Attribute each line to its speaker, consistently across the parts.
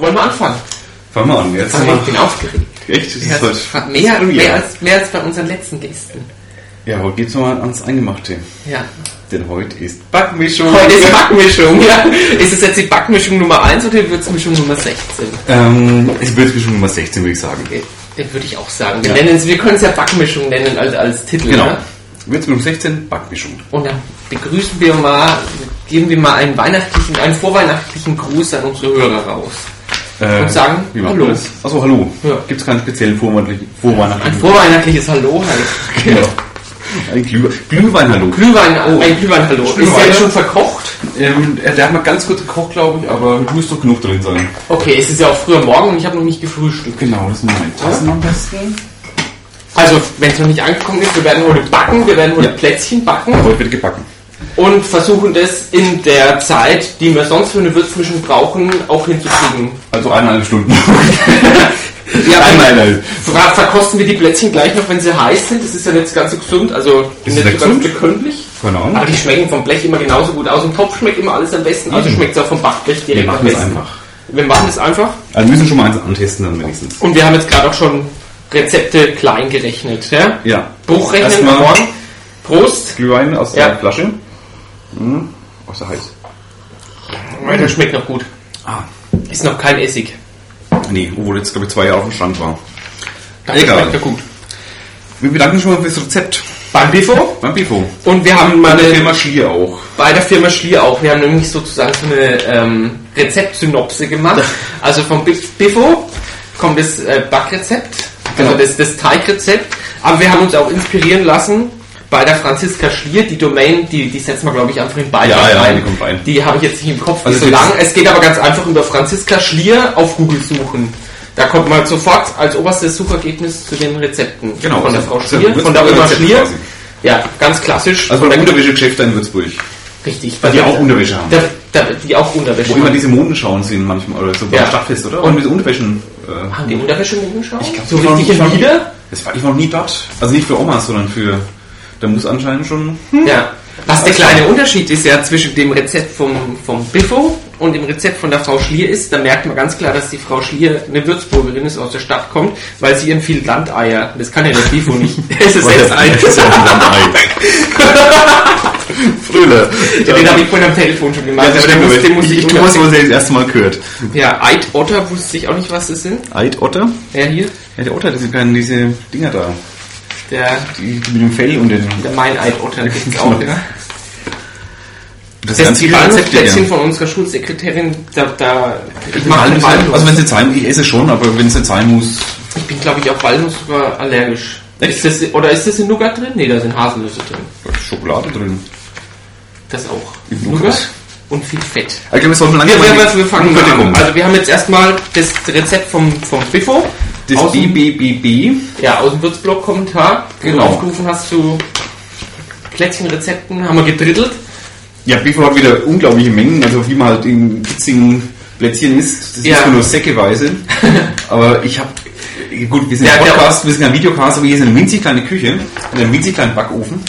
Speaker 1: Wollen wir anfangen?
Speaker 2: Fangen wir an jetzt.
Speaker 1: Aber ich bin aufgeregt.
Speaker 2: Echt? Das ist
Speaker 1: Ja,
Speaker 2: heute-
Speaker 1: Mehr,
Speaker 2: Ja.
Speaker 1: mehr, als, mehr als bei unseren letzten Gästen.
Speaker 2: Ja, heute geht's nochmal ans Eingemachte.
Speaker 1: Ja.
Speaker 2: Denn heute ist Backmischung.
Speaker 1: Heute ist Backmischung, ja. Ist es jetzt die Backmischung Nummer 1 oder die Würzmischung Nummer 16?
Speaker 2: ähm, es wird bestimmt Nummer 16, würde ich sagen.
Speaker 1: Äh, Würde ich auch sagen. Wir,
Speaker 2: Ja.
Speaker 1: nennen es, wir können es ja Backmischung nennen als, als Titel.
Speaker 2: Genau.
Speaker 1: Ne?
Speaker 2: Wird Nummer 16, Backmischung.
Speaker 1: Und dann begrüßen wir mal, geben wir mal einen weihnachtlichen, einen vorweihnachtlichen Gruß an unsere Hörer raus.
Speaker 2: Äh,
Speaker 1: Und sagen
Speaker 2: wie machen
Speaker 1: Hallo.
Speaker 2: wir das? Achso, hallo.
Speaker 1: Ja.
Speaker 2: Gibt's keinen speziellen vorweihnachtlichen...
Speaker 1: Ein
Speaker 2: vorweihnachtlichen-
Speaker 1: vorweihnachtliches Hallo halt.
Speaker 2: Genau. Ein Glüh Glühwein-Hallo.
Speaker 1: Glühwein, oh, ein Glühwein-Hallo. Ist
Speaker 2: Glühwein.
Speaker 1: der jetzt schon verkocht?
Speaker 2: Ähm, der hat mal ganz kurz gekocht, glaube ich, aber du musst doch genug drin sein.
Speaker 1: Okay, es ist ja auch früher Morgen und ich habe noch nicht gefrühstückt.
Speaker 2: Genau, das ist mein Tassen am besten.
Speaker 1: Also, wenn es noch nicht angekommen ist, wir werden heute backen, wir werden heute
Speaker 2: Ja.
Speaker 1: Plätzchen backen
Speaker 2: Heute wird gebacken.
Speaker 1: und versuchen das in der Zeit, die wir sonst für eine Würzmischung brauchen, auch hinzukriegen.
Speaker 2: Also eineinhalb Stunden.
Speaker 1: Ja,
Speaker 2: eineinhalb.
Speaker 1: Ver verkosten wir die Plätzchen gleich noch, wenn sie heiß sind. Das ist ja nicht ganz so gesund, also
Speaker 2: Ist
Speaker 1: nicht
Speaker 2: das
Speaker 1: so ganz
Speaker 2: gesund?
Speaker 1: bekömmlich.
Speaker 2: Keine Ahnung.
Speaker 1: Aber die schmecken vom Blech immer genauso gut aus. Im Topf schmeckt immer alles am besten, also
Speaker 2: Mhm.
Speaker 1: schmeckt es auch vom Backblech direkt
Speaker 2: Wir machen
Speaker 1: am
Speaker 2: das
Speaker 1: besten.
Speaker 2: einfach.
Speaker 1: Wir machen das einfach
Speaker 2: Also wir müssen schon mal eins antesten dann wenigstens.
Speaker 1: und wir haben jetzt gerade auch schon Rezepte klein gerechnet. Ja?
Speaker 2: Ja.
Speaker 1: Bruchrechnen
Speaker 2: Erstmal-
Speaker 1: am Morgen. Prost.
Speaker 2: Glühwein aus
Speaker 1: Ja.
Speaker 2: der Flasche. Mhm. Aus der Heiß.
Speaker 1: Weil das schmeckt noch gut.
Speaker 2: Ah.
Speaker 1: Ist noch kein Essig.
Speaker 2: Nee, obwohl jetzt glaube ich zwei Jahre auf dem Stand war.
Speaker 1: Das
Speaker 2: Egal.
Speaker 1: schmeckt noch gut.
Speaker 2: Wir bedanken uns schon mal fürs Rezept.
Speaker 1: Beim Bifo.
Speaker 2: Beim Bifo.
Speaker 1: Und wir haben mal eine,
Speaker 2: Firma Schlier auch.
Speaker 1: bei der Firma Schlier auch, wir haben nämlich sozusagen so eine ähm, Rezeptsynopse gemacht. Also vom Bif- Bifo kommt das äh, Backrezept, also
Speaker 2: Genau.
Speaker 1: das, das Teigrezept. Aber wir haben uns auch inspirieren lassen bei der Franziska Schlier, die Domain, die, die setzen wir glaube ich einfach in beide
Speaker 2: Ja, ja, die kommt rein.
Speaker 1: Die habe ich jetzt nicht im Kopf,
Speaker 2: Also
Speaker 1: also so
Speaker 2: die-
Speaker 1: lang. Es geht aber ganz einfach über Franziska Schlier auf Google suchen. Da kommt man sofort als oberstes Suchergebnis zu den Rezepten.
Speaker 2: Genau,
Speaker 1: Von der
Speaker 2: also
Speaker 1: Frau
Speaker 2: zu
Speaker 1: Schlier,
Speaker 2: dem
Speaker 1: von der Oma
Speaker 2: Rezept
Speaker 1: Schlier.
Speaker 2: quasi.
Speaker 1: Ja, ganz klassisch.
Speaker 2: Also
Speaker 1: Von
Speaker 2: bei
Speaker 1: der-
Speaker 2: Unterwäschegeschäfte in Würzburg.
Speaker 1: Richtig.
Speaker 2: Weil die auch Unterwäsche haben.
Speaker 1: Da, da, die auch Unterwäsche
Speaker 2: Wo immer diese Moden schauen sehen manchmal. Oder so beim
Speaker 1: Ja.
Speaker 2: Stadtfest, oder? Und diese Unterwäschen. Äh,
Speaker 1: haben die Unterwäsche mitgeschaut? Ich
Speaker 2: glaub,
Speaker 1: so
Speaker 2: die waren-
Speaker 1: richtig
Speaker 2: die waren-
Speaker 1: wieder?
Speaker 2: das war ich noch nie dort. Also nicht für Omas, sondern für... Da muss anscheinend schon...
Speaker 1: Ja. Was der
Speaker 2: Also-
Speaker 1: kleine Unterschied ist ja zwischen dem Rezept vom, vom Biffo und dem Rezept von der Frau Schlier ist, da merkt man ganz klar, dass die Frau Schlier eine Würzburgerin ist, aus der Stadt kommt, weil sie empfiehlt Landeier. Das kann ja der Biffo nicht. Es ist jetzt ein.
Speaker 2: Frühle.
Speaker 1: Ja, den habe ich vorhin am Telefon schon gemacht. aber den muss, den muss ich, unbedingt-
Speaker 2: was ich das erste Mal gehört.
Speaker 1: Ja, Eidotter wusste ich auch nicht, was das sind.
Speaker 2: Eidotter?
Speaker 1: Ja, hier.
Speaker 2: Ja, der Otter, das sind keine diese Dinger da.
Speaker 1: Der,
Speaker 2: Die, die mit dem Fell und den.
Speaker 1: der Meineidotter, der gibt's auch, ja.
Speaker 2: Das,
Speaker 1: Das
Speaker 2: die
Speaker 1: ist ein
Speaker 2: Rezepte,
Speaker 1: Plätzchen
Speaker 2: ja.
Speaker 1: von unserer Schulsekretärin, da, da ich
Speaker 2: Vor
Speaker 1: mach
Speaker 2: allem,
Speaker 1: alles Walnuss.
Speaker 2: also wenn es jetzt sein muss, ich esse schon, aber wenn es jetzt sein muss.
Speaker 1: ich bin glaube ich auf Walnuss sogar allergisch.
Speaker 2: Echt?
Speaker 1: Ist das, oder ist das in Nougat drin? Nee, da sind Haselnüsse drin.
Speaker 2: da ist Schokolade drin.
Speaker 1: Das auch.
Speaker 2: In Nougat?
Speaker 1: Nougat und viel Fett.
Speaker 2: Also, wir sollten
Speaker 1: Wir,
Speaker 2: langsam
Speaker 1: wir, wir, wir fangen mal an.
Speaker 2: Also,
Speaker 1: Also wir haben jetzt erstmal das Rezept vom, vom Biffo.
Speaker 2: das
Speaker 1: aus dem,
Speaker 2: BBBB.
Speaker 1: ja, aus dem Würzblog-Kommentar. wo du
Speaker 2: Genau.
Speaker 1: Aufgerufen hast zu Plätzchenrezepten, haben wir gedrittelt.
Speaker 2: Ja, Bifo hat wieder unglaubliche Mengen, also wie man halt in kitzigen Plätzchen isst. Das
Speaker 1: Ja.
Speaker 2: ist nur säckeweise. aber ich habe Gut, wir sind
Speaker 1: Ja,
Speaker 2: ein
Speaker 1: der-
Speaker 2: Podcast, wir sind ein Videocast, aber hier ist eine winzig kleine Küche und ein winzig kleinen Backofen.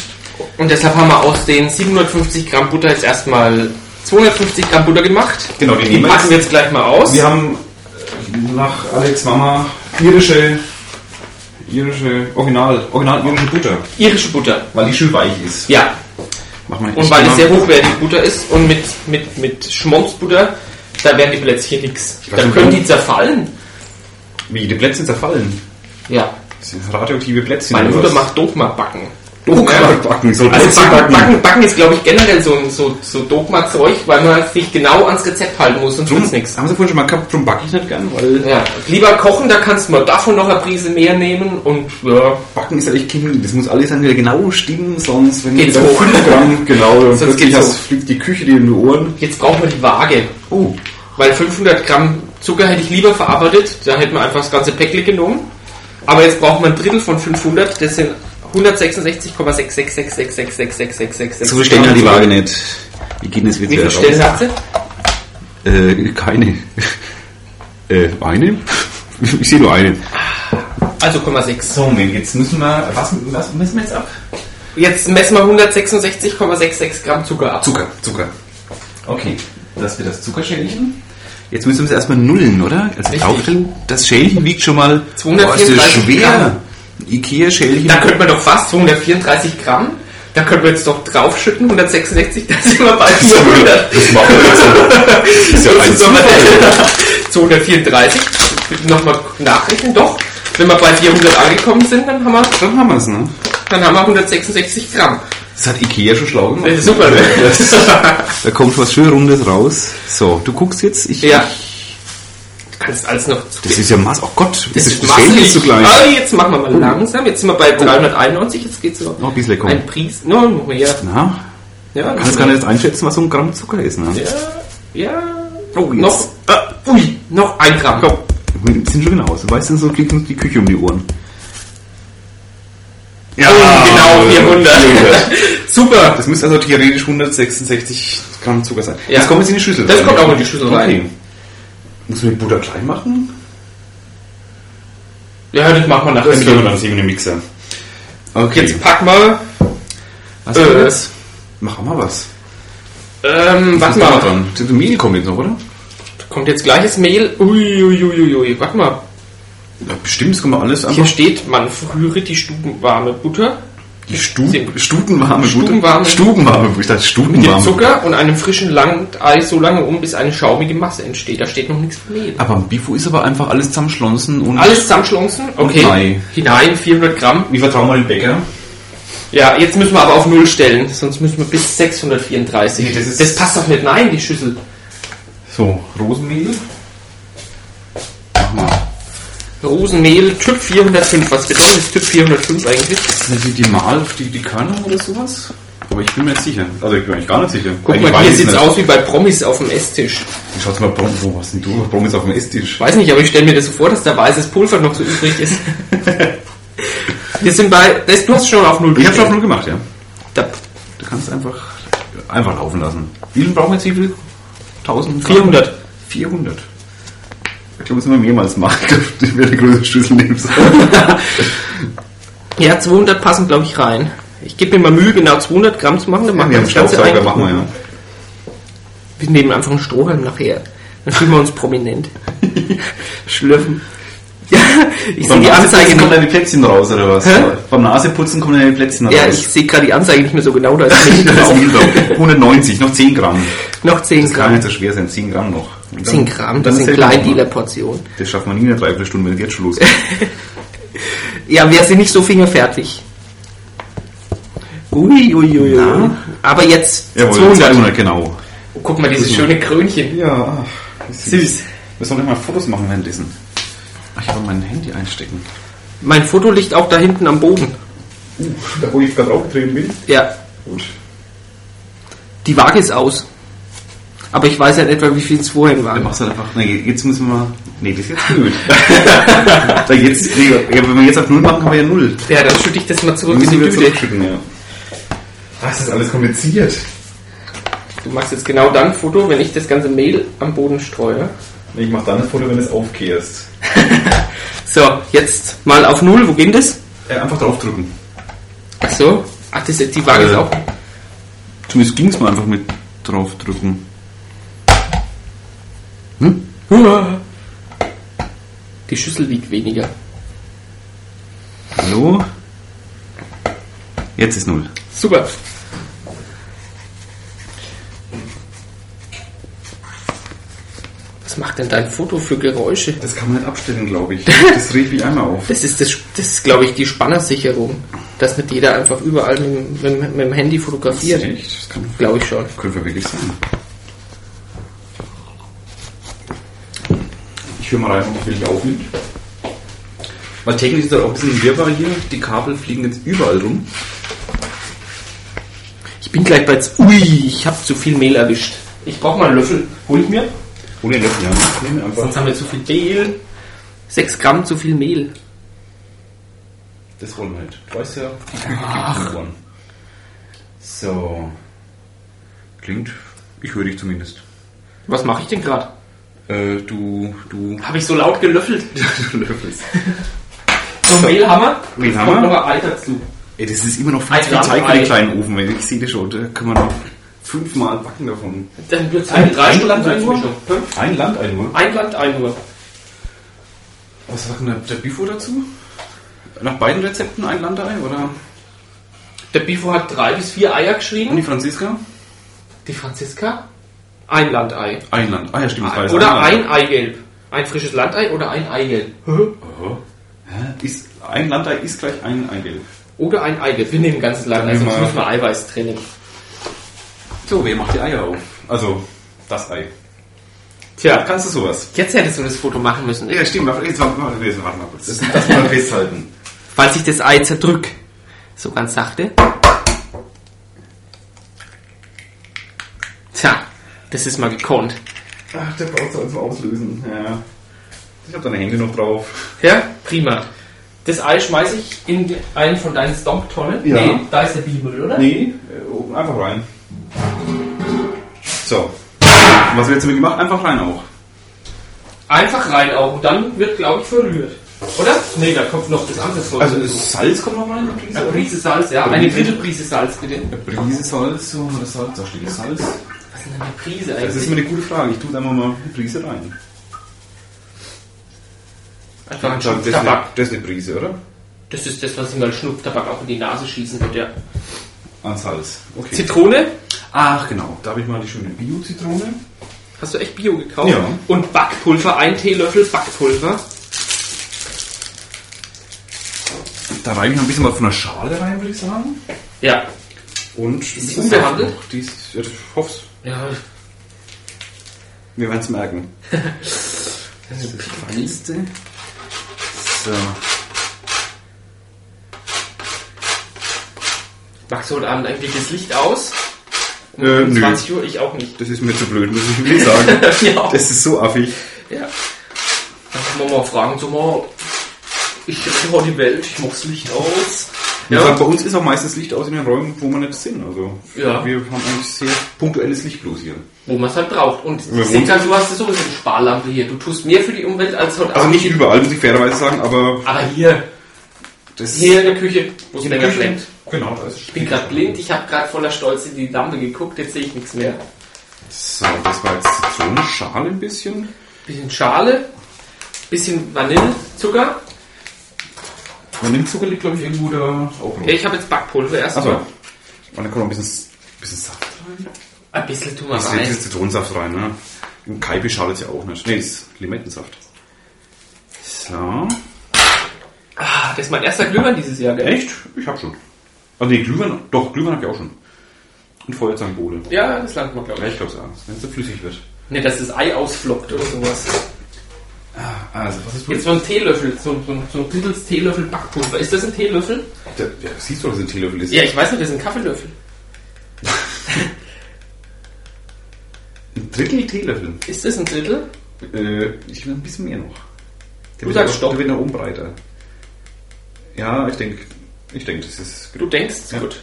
Speaker 1: Und deshalb haben wir aus den 750 Gramm Butter jetzt erstmal 250 Gramm Butter gemacht.
Speaker 2: Genau, die
Speaker 1: die
Speaker 2: nehmen wir
Speaker 1: packen wir jetzt gleich mal aus.
Speaker 2: Wir haben äh, nach Alex Mama irische, irische, original, original irische Butter,
Speaker 1: Irische Butter.
Speaker 2: weil die schön weich ist.
Speaker 1: Ja,
Speaker 2: Macht man
Speaker 1: und weil es sehr hochwertig Butter ist und mit, mit, mit Schmonzbutter, da werden die Plätzchen nix. Dann
Speaker 2: weiß nicht,
Speaker 1: können
Speaker 2: warum.
Speaker 1: die zerfallen.
Speaker 2: Wie, die Plätzchen zerfallen.
Speaker 1: Ja,
Speaker 2: Das sind radioaktive Plätzchen.
Speaker 1: meine
Speaker 2: oder
Speaker 1: Mutter
Speaker 2: also was?
Speaker 1: macht Dogma-Backen.
Speaker 2: Dogma-Backen,
Speaker 1: also
Speaker 2: so Plätzchen
Speaker 1: Backen,
Speaker 2: backen.
Speaker 1: Backen, Backen ist, glaube ich, generell so ein so, so Dogma-Zeug, weil man sich genau ans Rezept halten muss, sonst wird's
Speaker 2: Drum,
Speaker 1: nix.
Speaker 2: haben sie vorhin schon mal gehabt, drum backe ich nicht gern, weil äh,
Speaker 1: Ja, lieber kochen, da kannst du mal davon noch eine Prise mehr nehmen und ja,
Speaker 2: Backen ist ja echt Chemie. Das muss alles dann wieder genau stimmen, sonst wenn
Speaker 1: Geht's
Speaker 2: du
Speaker 1: hoch.
Speaker 2: fünf Gramm, genau, dann
Speaker 1: Sonst
Speaker 2: plötzlich
Speaker 1: geht's
Speaker 2: hast,
Speaker 1: hoch.
Speaker 2: fliegt die Küche dir in die Ohren.
Speaker 1: jetzt brauchen wir die Waage.
Speaker 2: Oh,
Speaker 1: Weil 500 Gramm Zucker hätte ich lieber verarbeitet, da hätten wir einfach das ganze Päckchen genommen. Aber jetzt braucht man ein Drittel von 500, das sind 166,66666666666.
Speaker 2: so stellen ja die Waage nicht. Wie geht denn das
Speaker 1: Wie
Speaker 2: wieder
Speaker 1: viel Stellen
Speaker 2: raus?
Speaker 1: hat sie?
Speaker 2: Äh, keine. Äh, eine? Ich sehe nur eine.
Speaker 1: Also 0,6.
Speaker 2: So, Moment, jetzt müssen wir. Was, was messen wir jetzt ab?
Speaker 1: Jetzt messen wir 166,66 Gramm Zucker ab.
Speaker 2: Zucker, Zucker. Okay, dass wir das Zuckerschälchen Jetzt müssen wir es erstmal nullen, oder? Also
Speaker 1: Richtig.
Speaker 2: aufstellen, das Schälchen wiegt schon mal
Speaker 1: 234
Speaker 2: boah, ist das schwer.
Speaker 1: Gramm. Da
Speaker 2: Ikea-Schälchen.
Speaker 1: könnte man doch fast 234 Gramm. Da können wir jetzt doch draufschütten, 166, da sind wir bald
Speaker 2: Das
Speaker 1: über 100.
Speaker 2: machen wir jetzt so. Das ist ja ein
Speaker 1: Sollen wir-
Speaker 2: Zufall.
Speaker 1: 234, nochmal nachrechnen, doch. Wenn wir bei 400 angekommen sind, dann haben wir,
Speaker 3: Dann haben wir es, ne?
Speaker 1: dann haben wir 166 Gramm.
Speaker 2: Das hat Ikea schon schlau
Speaker 1: Das
Speaker 2: gemacht.
Speaker 1: ist super, ne?
Speaker 2: Da kommt was schön Rundes raus. So, du guckst jetzt. Ich,
Speaker 1: ja. Du kannst alles noch...
Speaker 2: Das ist ja Maß. Oh Gott,
Speaker 1: Das ist
Speaker 2: Schälchen
Speaker 1: massig.
Speaker 2: ist zu klein.
Speaker 1: Ah, jetzt machen wir mal langsam. Jetzt sind wir bei 391, jetzt geht's noch.
Speaker 2: Oh. Noch ein bisschen kommen.
Speaker 1: Ein Pries... No, noch mehr.
Speaker 2: Na,
Speaker 1: Ja,
Speaker 2: kannst gar nicht jetzt einschätzen, was so ein Gramm Zucker ist. Ne?
Speaker 1: Ja, ja.
Speaker 2: Oh, jetzt.
Speaker 1: noch, äh, ui, noch ein Gramm. Oh,
Speaker 2: Komm, wir sind schon genau. Du weißt, so kriegt uns die Küche um die Ohren. Ja, äh,
Speaker 1: genau, 400. Super.
Speaker 3: Das müsste also theoretisch 166 Gramm Zucker sein.
Speaker 1: Ja.
Speaker 3: Das kommt jetzt in die Schüssel
Speaker 1: Das kommt auch in die Schüssel rein.
Speaker 3: Muss man die Butter klein machen?
Speaker 1: Ja, das machen wir nachher.
Speaker 3: Das können wir
Speaker 1: wieder.
Speaker 3: dann sehen mit dem Mixer.
Speaker 2: Okay,
Speaker 1: Jetzt pack mal.
Speaker 2: was
Speaker 1: äh,
Speaker 2: kommt jetzt?
Speaker 3: Machen wir was.
Speaker 1: Ähm,
Speaker 2: Was
Speaker 1: warte
Speaker 2: machen wir
Speaker 1: mal.
Speaker 2: dran? Das Mehl kommt jetzt noch, oder?
Speaker 1: Kommt jetzt gleiches Mehl. Ui, ui, ui, ui, ui. Warte mal.
Speaker 3: Ja, bestimmt, das kann man alles
Speaker 1: Hier
Speaker 3: einfach.
Speaker 1: steht, man frühre die stubenwarme Butter
Speaker 2: Die Stuben, Stubenwarme Butter.
Speaker 1: Stubenwarme-
Speaker 2: Stubenwarme Butter. Ich dachte,
Speaker 1: mit
Speaker 2: Stubenwarme
Speaker 1: dem Zucker und einem frischen Landei so lange um, bis eine schaumige Masse entsteht. Da steht noch nichts von Mehl.
Speaker 2: Aber am Bifo ist aber einfach alles zusammenschlonzen und.
Speaker 1: Alles zusammenschlonzen. Okay.
Speaker 2: Ei.
Speaker 1: Hinein, 400 Gramm.
Speaker 3: Wir vertrauen mal den Bäcker.
Speaker 1: Ja, jetzt müssen wir aber auf Null stellen, sonst müssen wir bis 634.
Speaker 3: Nee, das ist-
Speaker 1: das passt doch nicht. Nein, die Schüssel.
Speaker 3: So, Rosenmehl.
Speaker 2: Mach mal.
Speaker 1: Rosenmehl, Typ 405. Was bedeutet das Typ 405 eigentlich?
Speaker 2: Ist das die, die Mal, die, die Körner oder sowas? Aber ich bin mir jetzt sicher. Also ich bin mir eigentlich gar nicht sicher.
Speaker 1: Guck
Speaker 2: Eigentlich
Speaker 1: mal,
Speaker 2: weiß
Speaker 1: hier
Speaker 2: ich's
Speaker 1: sieht's
Speaker 2: nicht.
Speaker 1: aus wie bei Promis auf dem Esstisch.
Speaker 2: Schaut mal, Brom, wo was denn du? Brom ist auf dem Esstisch.
Speaker 1: Weiß nicht, aber ich stelle mir das so vor, dass da weißes Pulver noch so übrig ist. Wir sind bei. Das, du hast schon auf Null
Speaker 2: Ich
Speaker 1: gestellt.
Speaker 2: habe schon auf null gemacht, ja.
Speaker 1: Da-
Speaker 2: Du kannst einfach einfach laufen lassen. Wie viel brauchen wir jetzt? Wie viel? 1000?
Speaker 1: 400.
Speaker 2: 400. Ich glaube, das müssen wir mehrmals machen. Das wäre der größte Schlüssel nehmen.
Speaker 1: Ja, 200 passen, glaube ich, rein. Ich gebe mir mal Mühe, genau 200 Gramm zu machen. Dann machen wir das Ganze ein.
Speaker 2: machen wir ja.
Speaker 1: Wir nehmen einfach einen Strohhalm nachher. Dann fühlen wir uns prominent. Schlürfen. Ja, ich sehe
Speaker 2: Beim
Speaker 1: die
Speaker 2: Naseputzen
Speaker 1: Anzeige
Speaker 2: kommen
Speaker 1: nicht.
Speaker 2: deine Plätzchen raus, oder was?
Speaker 1: Hä?
Speaker 2: Beim Naseputzen kommen deine Plätzchen raus.
Speaker 1: Ja, ich sehe gerade die Anzeige nicht mehr so genau. Da ist nicht
Speaker 2: Das ist
Speaker 1: drauf.
Speaker 2: Mehl drauf. 190, noch 10 Gramm.
Speaker 1: Noch 10
Speaker 2: Das kann
Speaker 1: Gramm.
Speaker 2: nicht so schwer sein, 10 Gramm noch. Und dann-
Speaker 1: 10 Gramm,
Speaker 2: und
Speaker 1: das
Speaker 2: ist
Speaker 1: sind
Speaker 2: der Knochen.
Speaker 1: Kleindealer-Portionen.
Speaker 2: Das schafft man nie in einer Dreiviertelstunde, wenn es jetzt schon losgeht.
Speaker 1: Ja, wir sind nicht so fingerfertig. Ui, ui, ui, ui.
Speaker 2: Na?
Speaker 1: Aber jetzt
Speaker 2: Jawohl,
Speaker 1: 200.
Speaker 2: 200, genau.
Speaker 1: Guck mal, dieses schöne Krönchen.
Speaker 3: Ja, ach, ist süß.
Speaker 1: Süß.
Speaker 3: Wir sollen mal Fotos machen währenddessen.
Speaker 2: Ach, ich kann mein Handy einstecken.
Speaker 1: Mein Foto liegt auch da hinten am Boden.
Speaker 3: Uh, Da wo ich gerade aufgetreten bin.
Speaker 1: Ja.
Speaker 3: Gut.
Speaker 1: Die Waage ist aus. Aber ich weiß ja in etwa, wie viel es vorhin
Speaker 2: Dann
Speaker 1: war.
Speaker 2: machst du halt einfach, nee, jetzt müssen wir mal, nee, das ist jetzt blöd. da jetzt, nee, ja, wenn wir jetzt auf Null machen, haben wir ja Null.
Speaker 1: Ja, dann schütte ich das mal
Speaker 2: Dann
Speaker 1: zurück in die
Speaker 2: müssen wir
Speaker 1: Tüte.
Speaker 2: zurückschütten, ja.
Speaker 3: Was Ah, ist alles kompliziert?
Speaker 1: Du machst jetzt genau dann ein Foto, wenn ich das ganze Mehl am Boden streue.
Speaker 3: Ich mach dann ein Foto, wenn du es aufkehrst.
Speaker 1: So, jetzt mal auf Null. Wo ging das?
Speaker 3: Äh, einfach draufdrücken.
Speaker 1: Ach so. Ach, das ist, die Waage ist
Speaker 2: Äh.
Speaker 1: auch.
Speaker 2: Zumindest ging es mal einfach mit draufdrücken.
Speaker 1: Die Schüssel wiegt weniger.
Speaker 2: Hallo? Jetzt ist Null.
Speaker 1: Super. Was macht denn dein Foto für Geräusche?
Speaker 3: Das kann man nicht abstellen, glaube ich. Das regt mich einmal auf.
Speaker 1: Das ist, das, das ist glaube ich, die Spannersicherung. Dass nicht jeder einfach überall mit, mit, mit dem Handy fotografiert.
Speaker 3: echt? Das kann,
Speaker 1: Glaube ich schon.
Speaker 2: Könnte wirklich sein.
Speaker 3: ich höre mal rein, ob ich wirklich aufnimmt. Weil technisch ist das auch ein bisschen wirrbar hier. Die Kabel fliegen jetzt überall rum.
Speaker 1: Ich bin gleich bei... z- Ui, ich habe zu viel Mehl erwischt. Ich brauche mal einen Löffel. Hol ich mir?
Speaker 2: Ohne Löffel, ja. Nehmen wir einfach.
Speaker 1: Sonst haben wir zu viel Mehl. 6 Gramm zu viel Mehl.
Speaker 2: Das wollen wir nicht. Du weißt ja, Ach. So. Klingt, ich höre dich zumindest.
Speaker 1: Was mache ich denn gerade?
Speaker 2: Äh, du, du
Speaker 1: Habe ich so laut gelöffelt?
Speaker 2: löffelst.
Speaker 1: So ein Mehlhammer?
Speaker 2: Mehlhammer?
Speaker 1: Kommt noch ein Ei dazu.
Speaker 2: Ey, das ist immer noch viel
Speaker 1: Ein
Speaker 2: zu viel Zeit für
Speaker 1: Lammei.
Speaker 2: den kleinen Ofen. ey. Ich sehe das schon, da kann man noch fünfmal backen davon.
Speaker 1: Dann wird es
Speaker 2: Ein-
Speaker 1: eine drei
Speaker 2: ein-
Speaker 1: Stunden
Speaker 2: ein-
Speaker 1: Einmischung.
Speaker 2: Ein Land, ein Uhr.
Speaker 1: Ein Land, ein Uhr.
Speaker 2: Was sagt denn der, der Bifo dazu? Nach beiden Rezepten ein Landei oder?
Speaker 1: Der Bifo hat drei bis vier Eier
Speaker 2: Und die
Speaker 1: geschrieben.
Speaker 2: Franziska?
Speaker 1: Die Franziska? Ein Landei.
Speaker 2: Ein Land. Ah ja, stimmt. das war jetzt
Speaker 1: Oder
Speaker 2: Landei.
Speaker 1: ein Eigelb. Ein frisches Landei oder ein Eigelb.
Speaker 2: Hä? Ist, ein Landei ist gleich ein Eigelb.
Speaker 1: Oder ein Eigelb. Wir nehmen den ganzen Land,
Speaker 2: Dann
Speaker 1: also
Speaker 2: nehmen
Speaker 1: sonst
Speaker 2: wir-
Speaker 1: müssen wir Eiweiß trennen.
Speaker 2: So, wer macht die Eier auf? Also, das Ei.
Speaker 1: Tja,
Speaker 2: Kannst du sowas?
Speaker 1: jetzt hättest du das Foto machen müssen.
Speaker 4: Ja, stimmt. Warte, Jetzt warte, warte, warte, warte mal kurz. Das, das mal festhalten.
Speaker 1: Falls ich das Ei zerdrück. So ganz sachte. Tja, das ist mal gekonnt.
Speaker 2: Ach, der braucht es also auslösen. Ja. Ich habe deine Hände noch drauf.
Speaker 1: Ja, prima. Das Ei schmeiße ich in einen von deinen Stomptonnen.
Speaker 2: Ja.
Speaker 1: Nee, da ist der Bibel, oder?
Speaker 2: Nee, äh, oben einfach rein. So. Was wird jetzt damit gemacht? Einfach rein auch.
Speaker 1: Einfach rein auch. Und dann wird, glaube ich, verrührt. Oder? Nee, da kommt noch das andere Salz.
Speaker 2: Also
Speaker 1: dazu.
Speaker 2: das Salz kommt noch rein? eine Prise?
Speaker 1: Eine Prise Also Salz, ja. Eine dritte Prise Salz, bitte.
Speaker 2: Eine Prise Salz, so das Salz, da steht das Salz.
Speaker 1: Was ist denn eine Prise
Speaker 2: Das ist
Speaker 1: eigentlich?
Speaker 2: mir eine gute Frage. Ich tue einfach mal eine Prise rein.
Speaker 1: Einfach ein
Speaker 2: das, ist
Speaker 1: Schnupftabak.
Speaker 2: eine, das ist eine Prise, oder?
Speaker 1: Das ist das, was ich mal Schnupftabak auch in die Nase schießen würde. Ja.
Speaker 2: An Salz. Okay.
Speaker 1: Zitrone?
Speaker 2: Ach genau, da habe ich mal die schöne Bio-Zitrone.
Speaker 1: Hast du echt Bio gekauft?
Speaker 2: Ja.
Speaker 1: Und Backpulver, ein Teelöffel Backpulver.
Speaker 2: Da reibe ich noch ein bisschen was von der Schale rein, würde ich sagen.
Speaker 1: Ja.
Speaker 2: Und
Speaker 1: Ist die unbehandelt?
Speaker 2: Die ist, ja, ich hoffe es.
Speaker 1: Ja,
Speaker 2: Wir werden es merken.
Speaker 1: das ist
Speaker 2: Feinste. So.
Speaker 1: Magst du heute Abend eigentlich das Licht aus? Um
Speaker 2: Äh, nö.
Speaker 1: 20 Uhr? Ich auch nicht.
Speaker 2: Das ist mir zu blöd, muss ich wirklich sagen.
Speaker 1: ja. auch.
Speaker 2: Das ist so affig.
Speaker 1: ja. Dann kann man mal fragen, so mal, ich rette heute die Welt, ich mach das Licht aus.
Speaker 2: Ja.
Speaker 1: Ja.
Speaker 2: Bei uns ist auch meistens Licht aus in den Räumen, wo wir nicht sind. Also
Speaker 1: Ja.
Speaker 2: wir haben eigentlich sehr punktuelles Licht bloß hier.
Speaker 1: Wo man es halt braucht. Und
Speaker 2: Warum?
Speaker 1: Sinta, du hast sowieso eine Sparlampe hier. Du tust mehr für die Umwelt als heute
Speaker 2: Also
Speaker 1: Abend.
Speaker 2: nicht überall, muss ich fairerweise sagen, aber
Speaker 1: Aber hier,
Speaker 2: das
Speaker 1: hier in der Küche, wo es
Speaker 2: in der
Speaker 1: länger
Speaker 2: Küche-
Speaker 1: brennt.
Speaker 2: Genau, da ist
Speaker 1: Ich bin gerade blind, ich habe gerade voller Stolz in die Lampe geguckt, jetzt sehe ich nichts mehr.
Speaker 2: So, das war jetzt so eine Schale ein bisschen.
Speaker 1: Bisschen Schale, bisschen Vanillezucker.
Speaker 2: Vanillezucker liegt, glaube ich, irgendwo da auch
Speaker 1: Ja,
Speaker 2: noch.
Speaker 1: ich habe jetzt Backpulver
Speaker 2: Achso.
Speaker 1: erstmal.
Speaker 2: Und dann kommt noch ein bisschen, bisschen Saft rein.
Speaker 1: Ein bisschen tun wir
Speaker 2: Das ist
Speaker 1: rein.
Speaker 2: jetzt Zitronensaft rein, ne? Ein Kaipi schadet ja auch nicht. Nee, das ist Limettensaft. So.
Speaker 1: Ah, das ist mein erster Glühwein dieses Jahr, gell?
Speaker 2: Echt? Ich hab schon. Ah, nee, Glühwein, doch, Glühwein hab ich auch schon. Und Feuerzangenbowle.
Speaker 1: Ja, das langt man, glaube
Speaker 2: Ja,
Speaker 1: ich.
Speaker 2: ich glaub's auch. Wenn es so flüssig wird.
Speaker 1: Ne, dass das Ei ausfloppt oder sowas.
Speaker 2: Also, was ist
Speaker 1: Jetzt so ein Teelöffel, so, so, so ein Drittels Teelöffel Backpulver. Ist das ein Teelöffel?
Speaker 2: Der, der, siehst du, dass es ein Teelöffel ist?
Speaker 1: Ja, ich weiß nicht, das ist ein Kaffeelöffel.
Speaker 2: Ein Drittel Teelöffel.
Speaker 1: Ist das ein Drittel?
Speaker 2: Äh, ich will ein bisschen mehr noch.
Speaker 1: Du
Speaker 2: Der wird
Speaker 1: sagst
Speaker 2: noch-
Speaker 1: Stopp.
Speaker 2: Der wird nach oben breiter. Ja, ich denke, ich denk, das ist
Speaker 1: Du
Speaker 2: genug.
Speaker 1: denkst?
Speaker 2: Ja.
Speaker 1: Gut.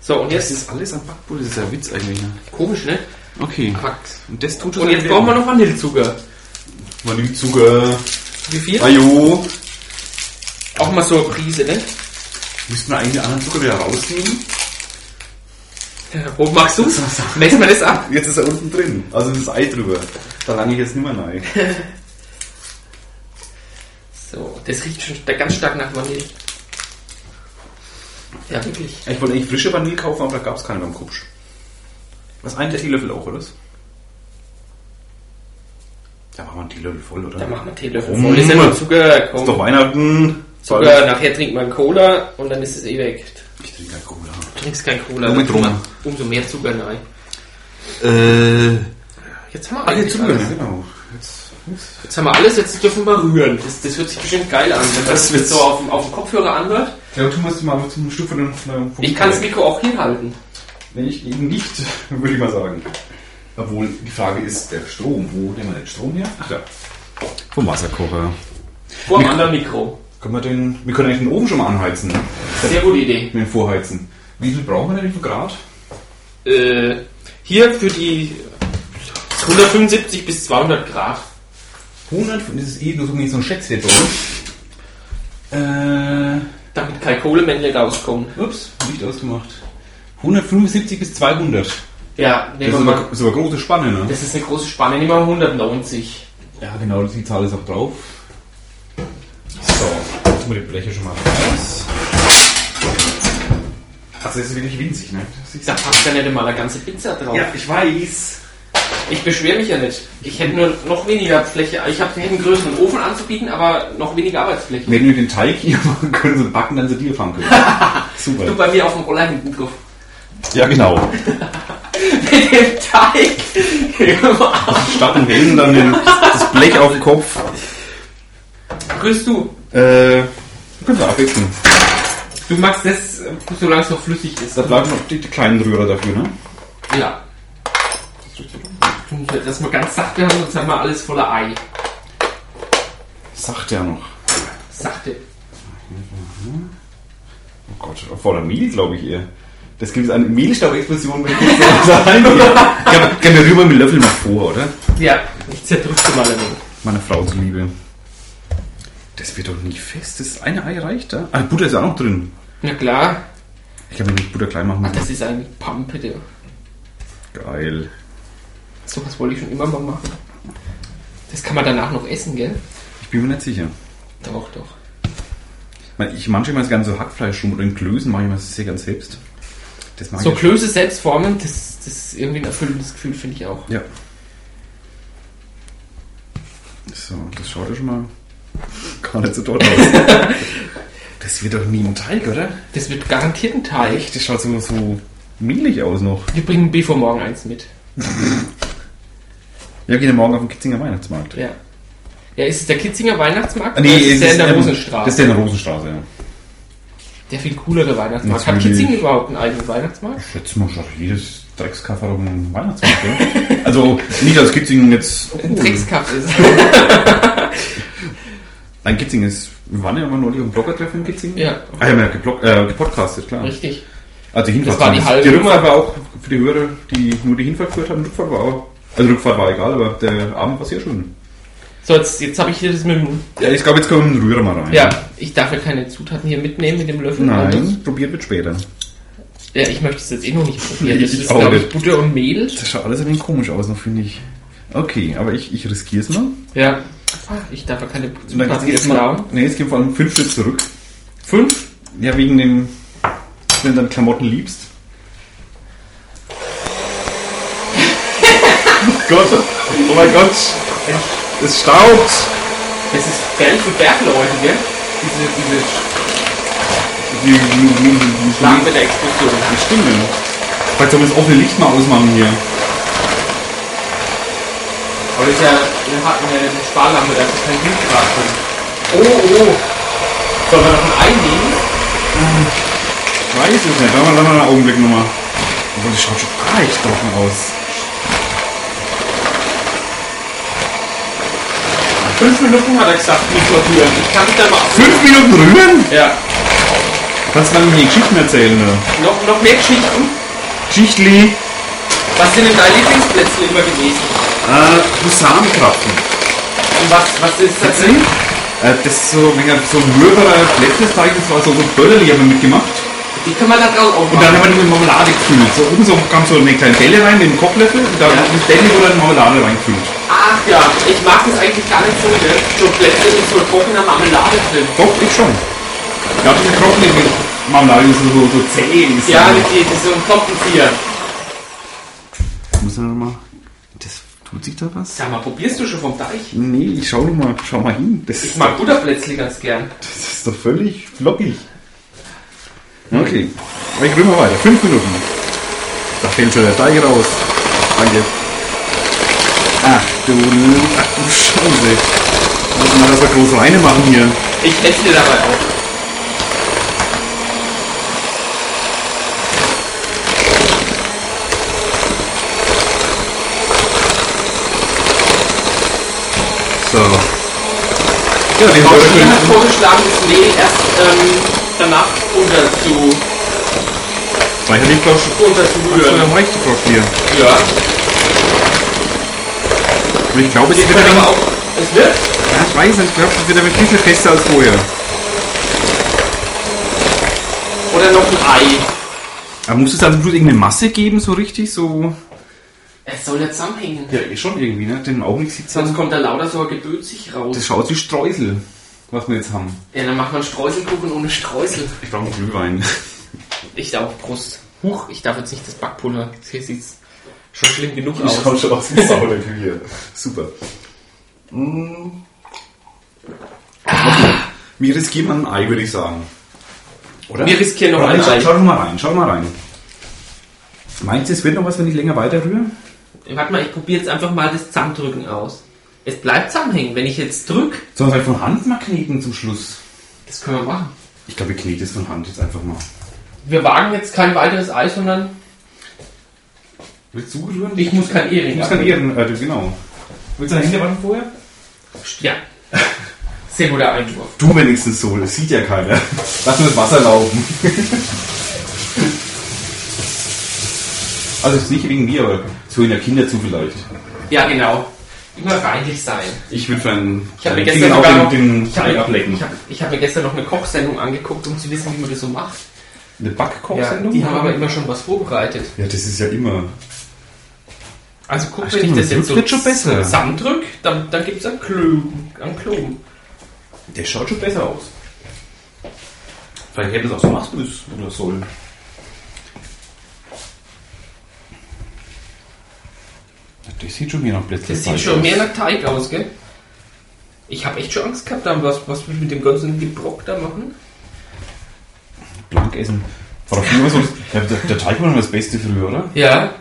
Speaker 1: So, und
Speaker 2: Das
Speaker 1: jetzt
Speaker 2: ist alles an Backpulver, das ist ja Witz eigentlich. Ne?
Speaker 1: komisch, ne?
Speaker 2: Okay.
Speaker 1: Fakt.
Speaker 2: Und das tut
Speaker 1: Und jetzt brauchen wir noch Vanillezucker.
Speaker 2: noch Vanillezucker.
Speaker 1: Wie
Speaker 2: Genau.
Speaker 1: viel?
Speaker 2: Ah, Ajo.
Speaker 1: Auch mal so eine Prise, ne?
Speaker 2: Müssten wir eigentlich den anderen Zucker wieder rausnehmen?
Speaker 1: Wo magst du's? Messen wir das ab.
Speaker 2: Jetzt ist er unten drin. Also das Ei drüber. Da lange ich jetzt nicht mehr rein.
Speaker 1: So, das riecht schon ganz stark nach Vanille. Ja, wirklich.
Speaker 2: Ich wollte eigentlich frische Vanille kaufen, aber da gab es keine beim Kupsch. Was ein der Teelöffel auch, oder? Da machen wir einen Teelöffel voll, oder?
Speaker 1: Da machen wir einen Teelöffel
Speaker 2: Rum.
Speaker 1: voll. Ist ja nur Zucker.
Speaker 2: Ist
Speaker 1: Komm.
Speaker 2: doch Weihnachten.
Speaker 1: Zucker, nachher trinkt man Cola und dann ist es eh weg.
Speaker 2: Ich trinke kein Cola.
Speaker 1: Du trinkst kein Cola.
Speaker 2: Nur mit
Speaker 1: dann
Speaker 2: Rum.
Speaker 1: trinkt man Umso mehr Zucker, nein.
Speaker 2: Äh.
Speaker 1: Jetzt haben wir
Speaker 2: Alle
Speaker 1: alles.
Speaker 2: Zucker,
Speaker 1: alles.
Speaker 2: genau. Jetzt, jetzt.
Speaker 1: Jetzt haben wir alles, jetzt dürfen wir rühren. Das, das hört sich bestimmt geil an, wenn man
Speaker 2: Das
Speaker 1: das
Speaker 2: wird's.
Speaker 1: so auf dem, auf dem Kopfhörer anhört.
Speaker 2: Ich glaube, du musst mal zum Stück von den
Speaker 1: Ich kann das Mikro auch hier halten.
Speaker 2: Wenn ich eben nicht, würde ich mal sagen. Obwohl, die Frage ist, der Strom, wo nehmen wir den Strom her? Ach ja. Vom Wasserkocher.
Speaker 1: Vor dem
Speaker 2: Mikro-
Speaker 1: anderen Mikro.
Speaker 2: Können wir, den, wir können eigentlich den Ofen schon mal anheizen. ne?
Speaker 1: Sehr gute Idee.
Speaker 2: Mit dem Vorheizen. Wie viel brauchen wir denn? Wie viel Grad?
Speaker 1: Äh, hier für die 175 bis 200 Grad.
Speaker 2: 100, das ist eh nur so ein Schätzwert bei uns. Äh,
Speaker 1: Damit keine Kohlemännchen rauskommen.
Speaker 2: ups, Licht ausgemacht. 175 bis 200.
Speaker 1: Ja, nehmen
Speaker 2: Das
Speaker 1: wir
Speaker 2: ist,
Speaker 1: mal.
Speaker 2: aber, ist aber große Spanne, ne?
Speaker 1: Das ist eine große Spanne, nehmen wir mal 190.
Speaker 2: Ja, genau, die Zahl ist auch drauf. So, tun wir die Bleche schon mal raus. Also, das ist wirklich winzig, ne?
Speaker 1: Da passt ja nicht mal eine ganze Pizza drauf.
Speaker 2: ich weiß.
Speaker 1: Ich beschwere mich ja nicht. Ich hätte nur noch weniger Fläche. Ich habe einen größeren Ofen anzubieten, aber noch weniger Arbeitsfläche.
Speaker 2: Wenn wir den Teig hier machen können, so backen, dann sind die fahren können.
Speaker 1: Du
Speaker 2: Super.
Speaker 1: bei mir auf dem Roller hinten drauf.
Speaker 2: Ja, genau.
Speaker 1: Mit dem Teig.
Speaker 2: Statt dem Regen dann den, das Blech auf den Kopf.
Speaker 1: Grüß du.
Speaker 2: Äh, können wir abwechseln.
Speaker 1: Du magst das, äh, solange es noch flüssig ist.
Speaker 2: Da bleiben noch die, die kleinen Rührer dafür, ne?
Speaker 1: Ja. Und Dass wir ganz sachte haben, sonst haben wir alles voller Ei.
Speaker 2: Sagt ja noch.
Speaker 1: Sachte.
Speaker 2: Oh Gott, voller Mehl, glaube ich eher. Das gibt es eine Mehlstaubexplosion, wenn ich jetzt so sagen kann. Ich hab- kann mir rüber mit dem Löffel mal vor, oder?
Speaker 1: Ja, ich zerdrückte mal ein wenig.
Speaker 2: Meiner Frau zuliebe. Das wird doch nie fest. Das eine Ei reicht da. Ah, Butter ist auch noch drin.
Speaker 1: Na klar.
Speaker 2: Ich kann mir nicht Butter klein machen.
Speaker 1: Ach, Ah, das ist eine Pampe, der.
Speaker 2: Geil.
Speaker 1: So was wollte ich schon immer mal machen. Das kann man danach noch essen, gell?
Speaker 2: Ich bin mir nicht sicher.
Speaker 1: Doch, doch.
Speaker 2: Ich meine, Ich manchmal das ganze Hackfleisch rum oder in Klößen mache ich mir das sehr ganz selbst. Das mache
Speaker 1: So
Speaker 2: ich ja
Speaker 1: Klöße selbst formen, das, das ist irgendwie ein erfüllendes Gefühl, finde ich auch.
Speaker 2: schon. Ja. So, das schaut ja schon mal gar nicht so toll aus. das wird doch nie ein Teig, oder?
Speaker 1: Das wird garantiert ein Teig.
Speaker 2: Echt? Das schaut so, so mehlig aus noch.
Speaker 1: Wir bringen Befo morgen eins mit.
Speaker 2: Wir gehen ja morgen auf den Kitzinger Weihnachtsmarkt.
Speaker 1: Ja. Ja, ist es der Kitzinger Weihnachtsmarkt?
Speaker 2: Ah,
Speaker 1: Oder ist es
Speaker 2: es
Speaker 1: der in der
Speaker 2: ähm,
Speaker 1: Rosenstraße.
Speaker 2: Das ist der in der Rosenstraße, ja.
Speaker 1: der viel coolere Weihnachtsmarkt. Hat
Speaker 2: Natürlich.
Speaker 1: Kitzingen überhaupt einen eigenen Weihnachtsmarkt?
Speaker 2: Ich schätze mal, schon jedes Dreckskaffer um den Weihnachtsmarkt, oder? Also, nicht, dass Kitzingen jetzt... Oh,
Speaker 1: Ein Dreckskaff ist.
Speaker 2: Nein, Kitzingen ist... Wir waren ja immer neulich im Bloggertreffen in Kitzingen.
Speaker 1: Ja.
Speaker 2: Ah, ja, wir haben ja geblog- äh, gepodcastet, klar.
Speaker 1: Richtig.
Speaker 2: Also die Hinfahrt
Speaker 1: Das war die halbe-
Speaker 2: Die Rückfahrt war auch für die Hörer, die nur die Hinfahrt gehört haben. Rückfahrt war auch... Also Rückfahrt war egal, aber der Abend war sehr schön.
Speaker 1: So, jetzt, jetzt habe ich hier das mit dem.
Speaker 2: Ja, ich glaube, jetzt können wir mit dem Rührer mal rein.
Speaker 1: Ja, ich darf ja keine Zutaten hier mitnehmen mit dem Löffel.
Speaker 2: Nein, probiert wird später.
Speaker 1: Ja, ich möchte es jetzt eh noch nicht probieren.
Speaker 2: Nee,
Speaker 1: Das
Speaker 2: ich
Speaker 1: ist,
Speaker 2: auch
Speaker 1: glaube ich,
Speaker 2: nicht.
Speaker 1: Butter und Mehl.
Speaker 2: Das schaut alles ein wenig komisch aus, noch finde ich. Okay, aber ich, ich riskiere es mal.
Speaker 1: Ja. Ah, Ich darf ja keine
Speaker 2: Und dann
Speaker 1: Zutaten
Speaker 2: geht's erstmal.
Speaker 1: mitnehmen.
Speaker 2: Nee, jetzt gehen vor allem fünf Schritte zurück.
Speaker 1: Fünf?
Speaker 2: Ja, wegen dem. Wenn du dann Klamotten liebst. Gott, oh mein Gott, es staubt.
Speaker 1: Das ist Berg für Bergleute, gell? Diese, diese
Speaker 2: Die, die, die, die, die
Speaker 1: Nach mit der Explosion.
Speaker 2: die Stimme. Vielleicht soll man das offene Licht mal ausmachen hier.
Speaker 1: Aber das ist ja, wir hatten ja eine Sparlampe, da ist kein Wind gerade drin. Oh, oh. Sollen wir noch ein Ei nehmen?
Speaker 2: Ich weiß es nicht. Lass mal, lass mal einen Augenblick nochmal. Obwohl, das schaut schon gar nicht trocken aus.
Speaker 1: Fünf Minuten hat er gesagt, nicht nur rühren. Ich kann mich da mal ab.
Speaker 2: Fünf Minuten rühren?
Speaker 1: Ja.
Speaker 2: Kannst du dann mir Geschichten erzählen, ne?
Speaker 1: Noch, noch mehr Geschichten.
Speaker 2: Geschichtli.
Speaker 1: Was sind denn deine Lieblingsplätze immer gewesen?
Speaker 2: Äh, Husarenkraften.
Speaker 1: Und was, was ist das denn?
Speaker 2: Äh, das ist so ein wenig so ein höherer Blätterteig, das war so, so böllerlich, haben wir mitgemacht.
Speaker 1: Die kann man da um. drauf
Speaker 2: Und dann
Speaker 1: aufmachen.
Speaker 2: haben wir die mit Marmelade gefüllt. So oben so kam so eine kleine Delle rein mit dem Kochlöffel und da
Speaker 1: Ja.
Speaker 2: mit dem Delle wurde dann Marmelade reingefüllt.
Speaker 1: Ach ja, ich mag das eigentlich gar nicht so, ne? So Plätze mit so trockener Marmelade drin.
Speaker 2: Doch, ich schon. Ja, diese trockene Marmelade ist so, so, so zäh. Ist
Speaker 1: Ja, die, die so ein Topfenzieher.
Speaker 2: Muss ich nochmal... Das... Tut sich da was?
Speaker 1: Sag mal, probierst du schon vom Deich?
Speaker 2: Nee, ich schau noch mal, schau mal hin. Das,
Speaker 1: Ich mag Butterplätzli ganz gern.
Speaker 2: das ist doch völlig flockig. Okay, aber ich rühre mal weiter. Fünf Minuten. Da fehlt schon der Teig raus. Danke. Ach du, ach du Scheiße. Muss man das mal groß reine machen hier.
Speaker 1: Ich helfe dir dabei auch.
Speaker 2: So. Ja, den
Speaker 1: Frau
Speaker 2: Burger
Speaker 1: Stier hat
Speaker 2: können-
Speaker 1: vorgeschlagen, das Mehl erst ähm, danach unter zu,
Speaker 2: Vielleicht hätte ich glaube schon
Speaker 1: unter zu
Speaker 2: früher
Speaker 1: rühren.
Speaker 2: noch recht gekocht hier.
Speaker 1: Ja.
Speaker 2: Und ich glaube, es
Speaker 1: Das
Speaker 2: wird
Speaker 1: wird
Speaker 2: ein
Speaker 1: aber
Speaker 2: wenig-
Speaker 1: auch. Es wird?
Speaker 2: Ja, ich weiß nicht, ich glaube, es wird ein bisschen fester als vorher.
Speaker 1: Oder noch ein Ei.
Speaker 2: Aber muss es dann bloß irgendeine Masse geben, so richtig? So
Speaker 1: Es soll ja zusammenhängen.
Speaker 2: Ja, eh schon irgendwie, ne? Denn im Augenblick sieht
Speaker 1: Sonst
Speaker 2: dann.
Speaker 1: kommt da lauter so ein Gebützig raus.
Speaker 2: Das schaut wie Streusel, was wir jetzt haben.
Speaker 1: Ja, dann macht man Streuselkuchen ohne Streusel.
Speaker 4: Ich brauche einen Glühwein.
Speaker 1: Ich darf auch Brust. Huch, ich darf jetzt nicht das Backpulver. Hier sieht's schon schlimm genug
Speaker 4: Das
Speaker 1: aus.
Speaker 4: schaut schon aus wie Sau der Kühe. Super. Mm. Okay. Wir riskieren mal ein Ei, würde ich sagen. Oder?
Speaker 1: Wir riskieren noch
Speaker 4: Oder
Speaker 1: ein
Speaker 4: schau-
Speaker 1: Ei.
Speaker 4: Schau doch mal rein, schau mal rein. Meinst du, es wird noch was, wenn ich länger weiterrühre?
Speaker 1: Warte mal, ich probiere jetzt einfach mal das Zusammendrücken aus. Es bleibt zusammenhängen. Wenn ich jetzt drück,
Speaker 4: Sollen wir halt von Hand mal kneten zum Schluss?
Speaker 1: das können wir machen.
Speaker 4: Ich glaube, wir kneten es von Hand jetzt einfach mal.
Speaker 1: Wir wagen jetzt kein weiteres Ei, sondern
Speaker 4: Willst du rühren?
Speaker 1: ich muss kein
Speaker 4: Ich
Speaker 1: Ehering
Speaker 4: muss dann Ehren, äh, genau. Willst du deine Hände waschen vorher?
Speaker 1: Ja. Sehr guter Einwurf.
Speaker 4: Du wenigstens so, das sieht ja keiner. Lass nur das Wasser laufen. Also es ist nicht wegen mir, aber so in der Kinder zu vielleicht.
Speaker 1: Ja, genau. Immer reinlich sein.
Speaker 4: Ich würde für einen
Speaker 1: Ich habe mir
Speaker 4: einen
Speaker 1: gestern
Speaker 4: Finger
Speaker 1: sogar
Speaker 4: auch den, den
Speaker 1: ich hab,
Speaker 4: Teig
Speaker 1: mir-
Speaker 4: ablecken.
Speaker 1: ich hab, ich hab mir gestern noch eine Kochsendung angeguckt, um zu wissen, wie man das so macht.
Speaker 4: eine
Speaker 1: Ja,
Speaker 4: Backkochsendung?
Speaker 1: die haben aber immer schon was vorbereitet.
Speaker 4: ja, das ist ja immer.
Speaker 1: Also guck,
Speaker 2: Ach,
Speaker 1: wenn ich
Speaker 2: stimmt,
Speaker 1: das jetzt
Speaker 2: das
Speaker 1: so
Speaker 2: wird schon besser.
Speaker 1: zusammendrück, dann, dann gibt es einen Klum. Einen Klum.
Speaker 4: Der schaut schon besser aus. Vielleicht hätte es auch so machen müssen oder soll.
Speaker 2: Das sieht schon wieder noch plötzlich
Speaker 1: Das sieht schon mehr nach Teig aus, gell? Ich habe echt schon Angst gehabt, dann was, was wir mit dem ganzen Gebrock da machen.
Speaker 2: blank essen.
Speaker 4: War doch früher so. Der, der, der Teig war noch das Beste früher, oder?
Speaker 1: Ja.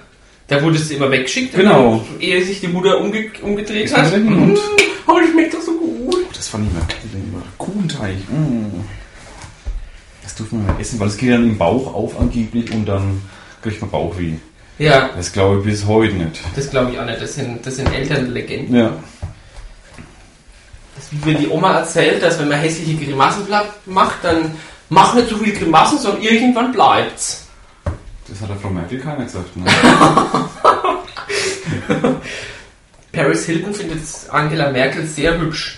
Speaker 1: Da wurde es immer weggeschickt.
Speaker 2: Genau.
Speaker 1: Ehe sich die Mutter umge umgedreht
Speaker 2: Ist
Speaker 1: hat.
Speaker 2: wieder hin und-
Speaker 1: Mm, oh, das schmeckt doch so gut.
Speaker 2: Das fand ich mal geil. den Kuchenteig. Mm. Das durfte man mal essen, weil es geht dann im Bauch auf angeblich und dann kriegt man Bauchweh.
Speaker 1: Ja,
Speaker 2: Das glaube ich bis heute nicht.
Speaker 1: das glaube ich auch nicht. Das sind, das sind Elternlegenden.
Speaker 2: Ja.
Speaker 1: Das ist wie wenn die Oma erzählt, dass wenn man hässliche Grimassen bla- macht, dann mach nicht so viel Grimassen, sondern irgendwann bleibt's.
Speaker 2: Das hat der Frau Merkel keiner gesagt. Ne?
Speaker 1: Paris Hilton findet Angela Merkel sehr hübsch.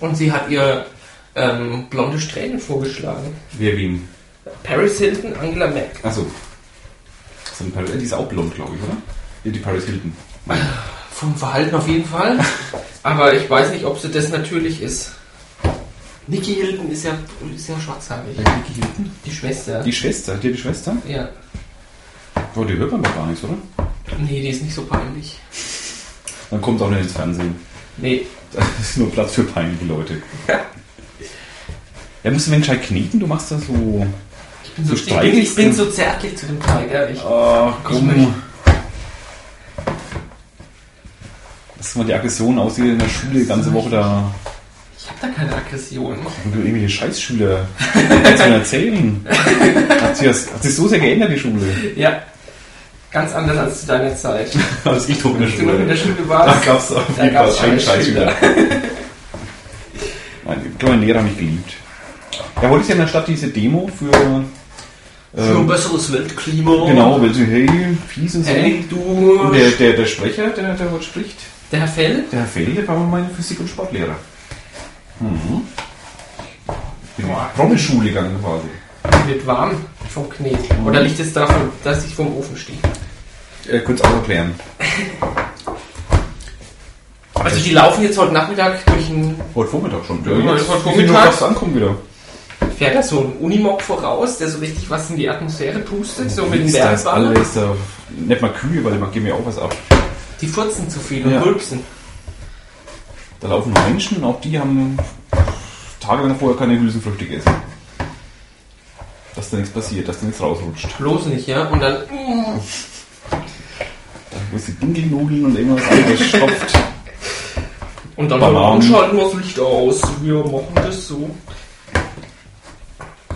Speaker 1: Und sie hat ihr ähm, blonde Strähnen vorgeschlagen.
Speaker 2: Wer wem?
Speaker 1: Paris Hilton, Angela Merkel.
Speaker 2: Achso. So ein Paris- Die ist auch blond, glaube ich, oder? Ja, die Paris Hilton.
Speaker 1: Vom Verhalten auf jeden Fall. Aber ich weiß nicht, ob sie das natürlich ist. Nikki Hilton ist ja, ist ja schwarzhaarig.
Speaker 2: Nikki Hilton?
Speaker 1: Die Schwester.
Speaker 2: Die Schwester, die, die Schwester?
Speaker 1: ja.
Speaker 2: Oh, die hört man doch gar nichts, oder?
Speaker 1: Nee, die ist nicht so peinlich.
Speaker 2: Dann kommt auch nicht ins Fernsehen.
Speaker 1: Nee.
Speaker 2: Da ist nur Platz für peinliche Leute. Ja, musst du den Schei kneten? Du machst das so.
Speaker 1: Ich bin so, ich
Speaker 2: Du
Speaker 1: bin, ich
Speaker 2: streichelst
Speaker 1: bin
Speaker 2: den.
Speaker 1: so zärtlich zu dem Tiger. Ich,
Speaker 2: Ach,
Speaker 1: möchte-
Speaker 2: Lass mal die Aggression aus, die du in der Schule die ganze Woche da.
Speaker 1: ich habe da keine Aggression.
Speaker 2: Und du irgendwelche Scheißschüler. Kannst du mir erzählen? Hat sich, das, hat sich so sehr geändert, die Schule.
Speaker 1: Ja. Ganz anders als zu deiner Zeit.
Speaker 4: Als ich doch in der
Speaker 1: Als du noch in der
Speaker 4: Schule.
Speaker 1: Schule
Speaker 4: Da
Speaker 1: warst.
Speaker 4: gab es auf
Speaker 1: Da
Speaker 4: jeden
Speaker 1: gab's
Speaker 4: Fall einen
Speaker 1: Scheiß-
Speaker 4: Scheißschüler.
Speaker 2: Nein, ich glaube, meine Lehrer haben mich geliebt. Ja, heute ist ja in der Stadt diese Demo für.
Speaker 1: Für ein
Speaker 2: Ähm,
Speaker 1: besseres Weltklima.
Speaker 2: genau, weil sie, hey, fies und so.
Speaker 1: Hey, du.
Speaker 2: Und der, der, der Sprecher, der, der heute spricht,
Speaker 1: der Herr Fell?
Speaker 2: der Herr Fell, der war mal mein Physik- und Sportlehrer. Mhm. Bin in die Promischule gegangen quasi.
Speaker 1: Wird warm vom Kneten. Oder liegt es daran, dass ich vom Ofen stehe?
Speaker 2: Äh, kurz auch erklären.
Speaker 1: Also die laufen jetzt heute Nachmittag durch einen
Speaker 2: Heute Vormittag schon.
Speaker 1: Ja, heute
Speaker 2: jetzt-
Speaker 1: Vormittag.
Speaker 2: wir sind nur fast ankommen wieder.
Speaker 1: fährt da so ein Unimog voraus, der so richtig was in die Atmosphäre pustet, so mit
Speaker 2: Wie
Speaker 1: dem
Speaker 2: ist das
Speaker 1: Wärmeball.
Speaker 2: alles? Da, nicht mal Kühe, weil die geben ja auch was ab.
Speaker 1: Die furzen zu viel und
Speaker 2: Ja.
Speaker 1: rülpsen.
Speaker 2: Da laufen Menschen und auch die haben tagelang vorher keine Hülsenfrüchte gegessen. Dass da nichts passiert, dass da nichts rausrutscht.
Speaker 1: Bloß nicht, ja? Und dann, mm,
Speaker 2: Da wo sie Dinkelnudeln und irgendwas anderes stopft.
Speaker 1: und dann
Speaker 2: Bananen.
Speaker 1: und schalten wir das Licht aus. Wir machen das so.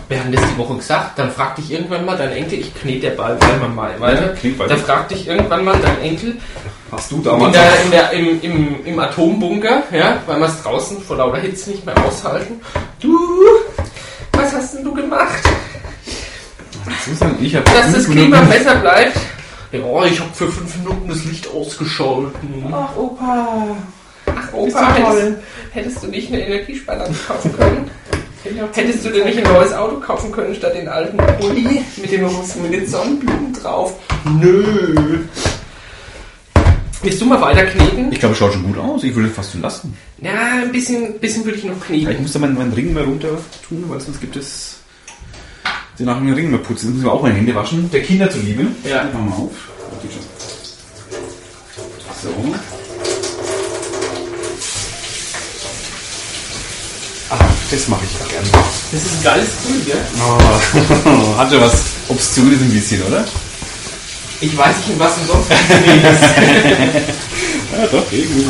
Speaker 1: Wir haben das die Woche gesagt, dann fragt dich irgendwann mal dein Enkel, ich knete der Ball, weil man mal, weiter.
Speaker 2: klingt bei
Speaker 1: Dann
Speaker 2: mir.
Speaker 1: fragt dich irgendwann mal dein Enkel,
Speaker 2: Hast du
Speaker 1: In
Speaker 2: damals
Speaker 1: der, in der, im, im, Im Atombunker, ja, weil wir es draußen vor lauter Hitze nicht mehr aushalten. Du, was hast denn du gemacht,
Speaker 2: dazu sagen, ich habe
Speaker 1: dass das Klima besser bleibt? Ja, ich habe für fünf Minuten das Licht ausgeschalten.
Speaker 2: Ach, Opa.
Speaker 1: Ach, Opa,
Speaker 2: doch
Speaker 1: hättest, hättest du nicht eine Energiesparlampe kaufen können? hättest du dir nicht ein neues Auto kaufen können, statt den alten Uli mit, dem, mit den Sonnenblumen drauf? Nö. Willst du mal weiter kneten?
Speaker 2: Ich glaube, es schaut schon gut aus. Ich würde es fast so lassen.
Speaker 1: Ja, ein bisschen, bisschen würde ich noch
Speaker 2: Ja,
Speaker 1: kneten.
Speaker 2: Ich muss da meinen, meinen Ring mehr runter tun, weil sonst gibt es den nachher den Ring mehr putzen. Jetzt müssen wir auch meine Hände waschen. Der Kinder zuliebe.
Speaker 1: Ja.
Speaker 2: Machen wir auf. Da geht schon. So. Ah, das mache ich auch gerne.
Speaker 1: Das ist ein geiles Grün, gell?
Speaker 2: Oh, hat ja was Obskures ein bisschen, oder?
Speaker 1: Ich weiß nicht, in was du sonst geknetet hast.
Speaker 2: Ja, doch, irgendwie.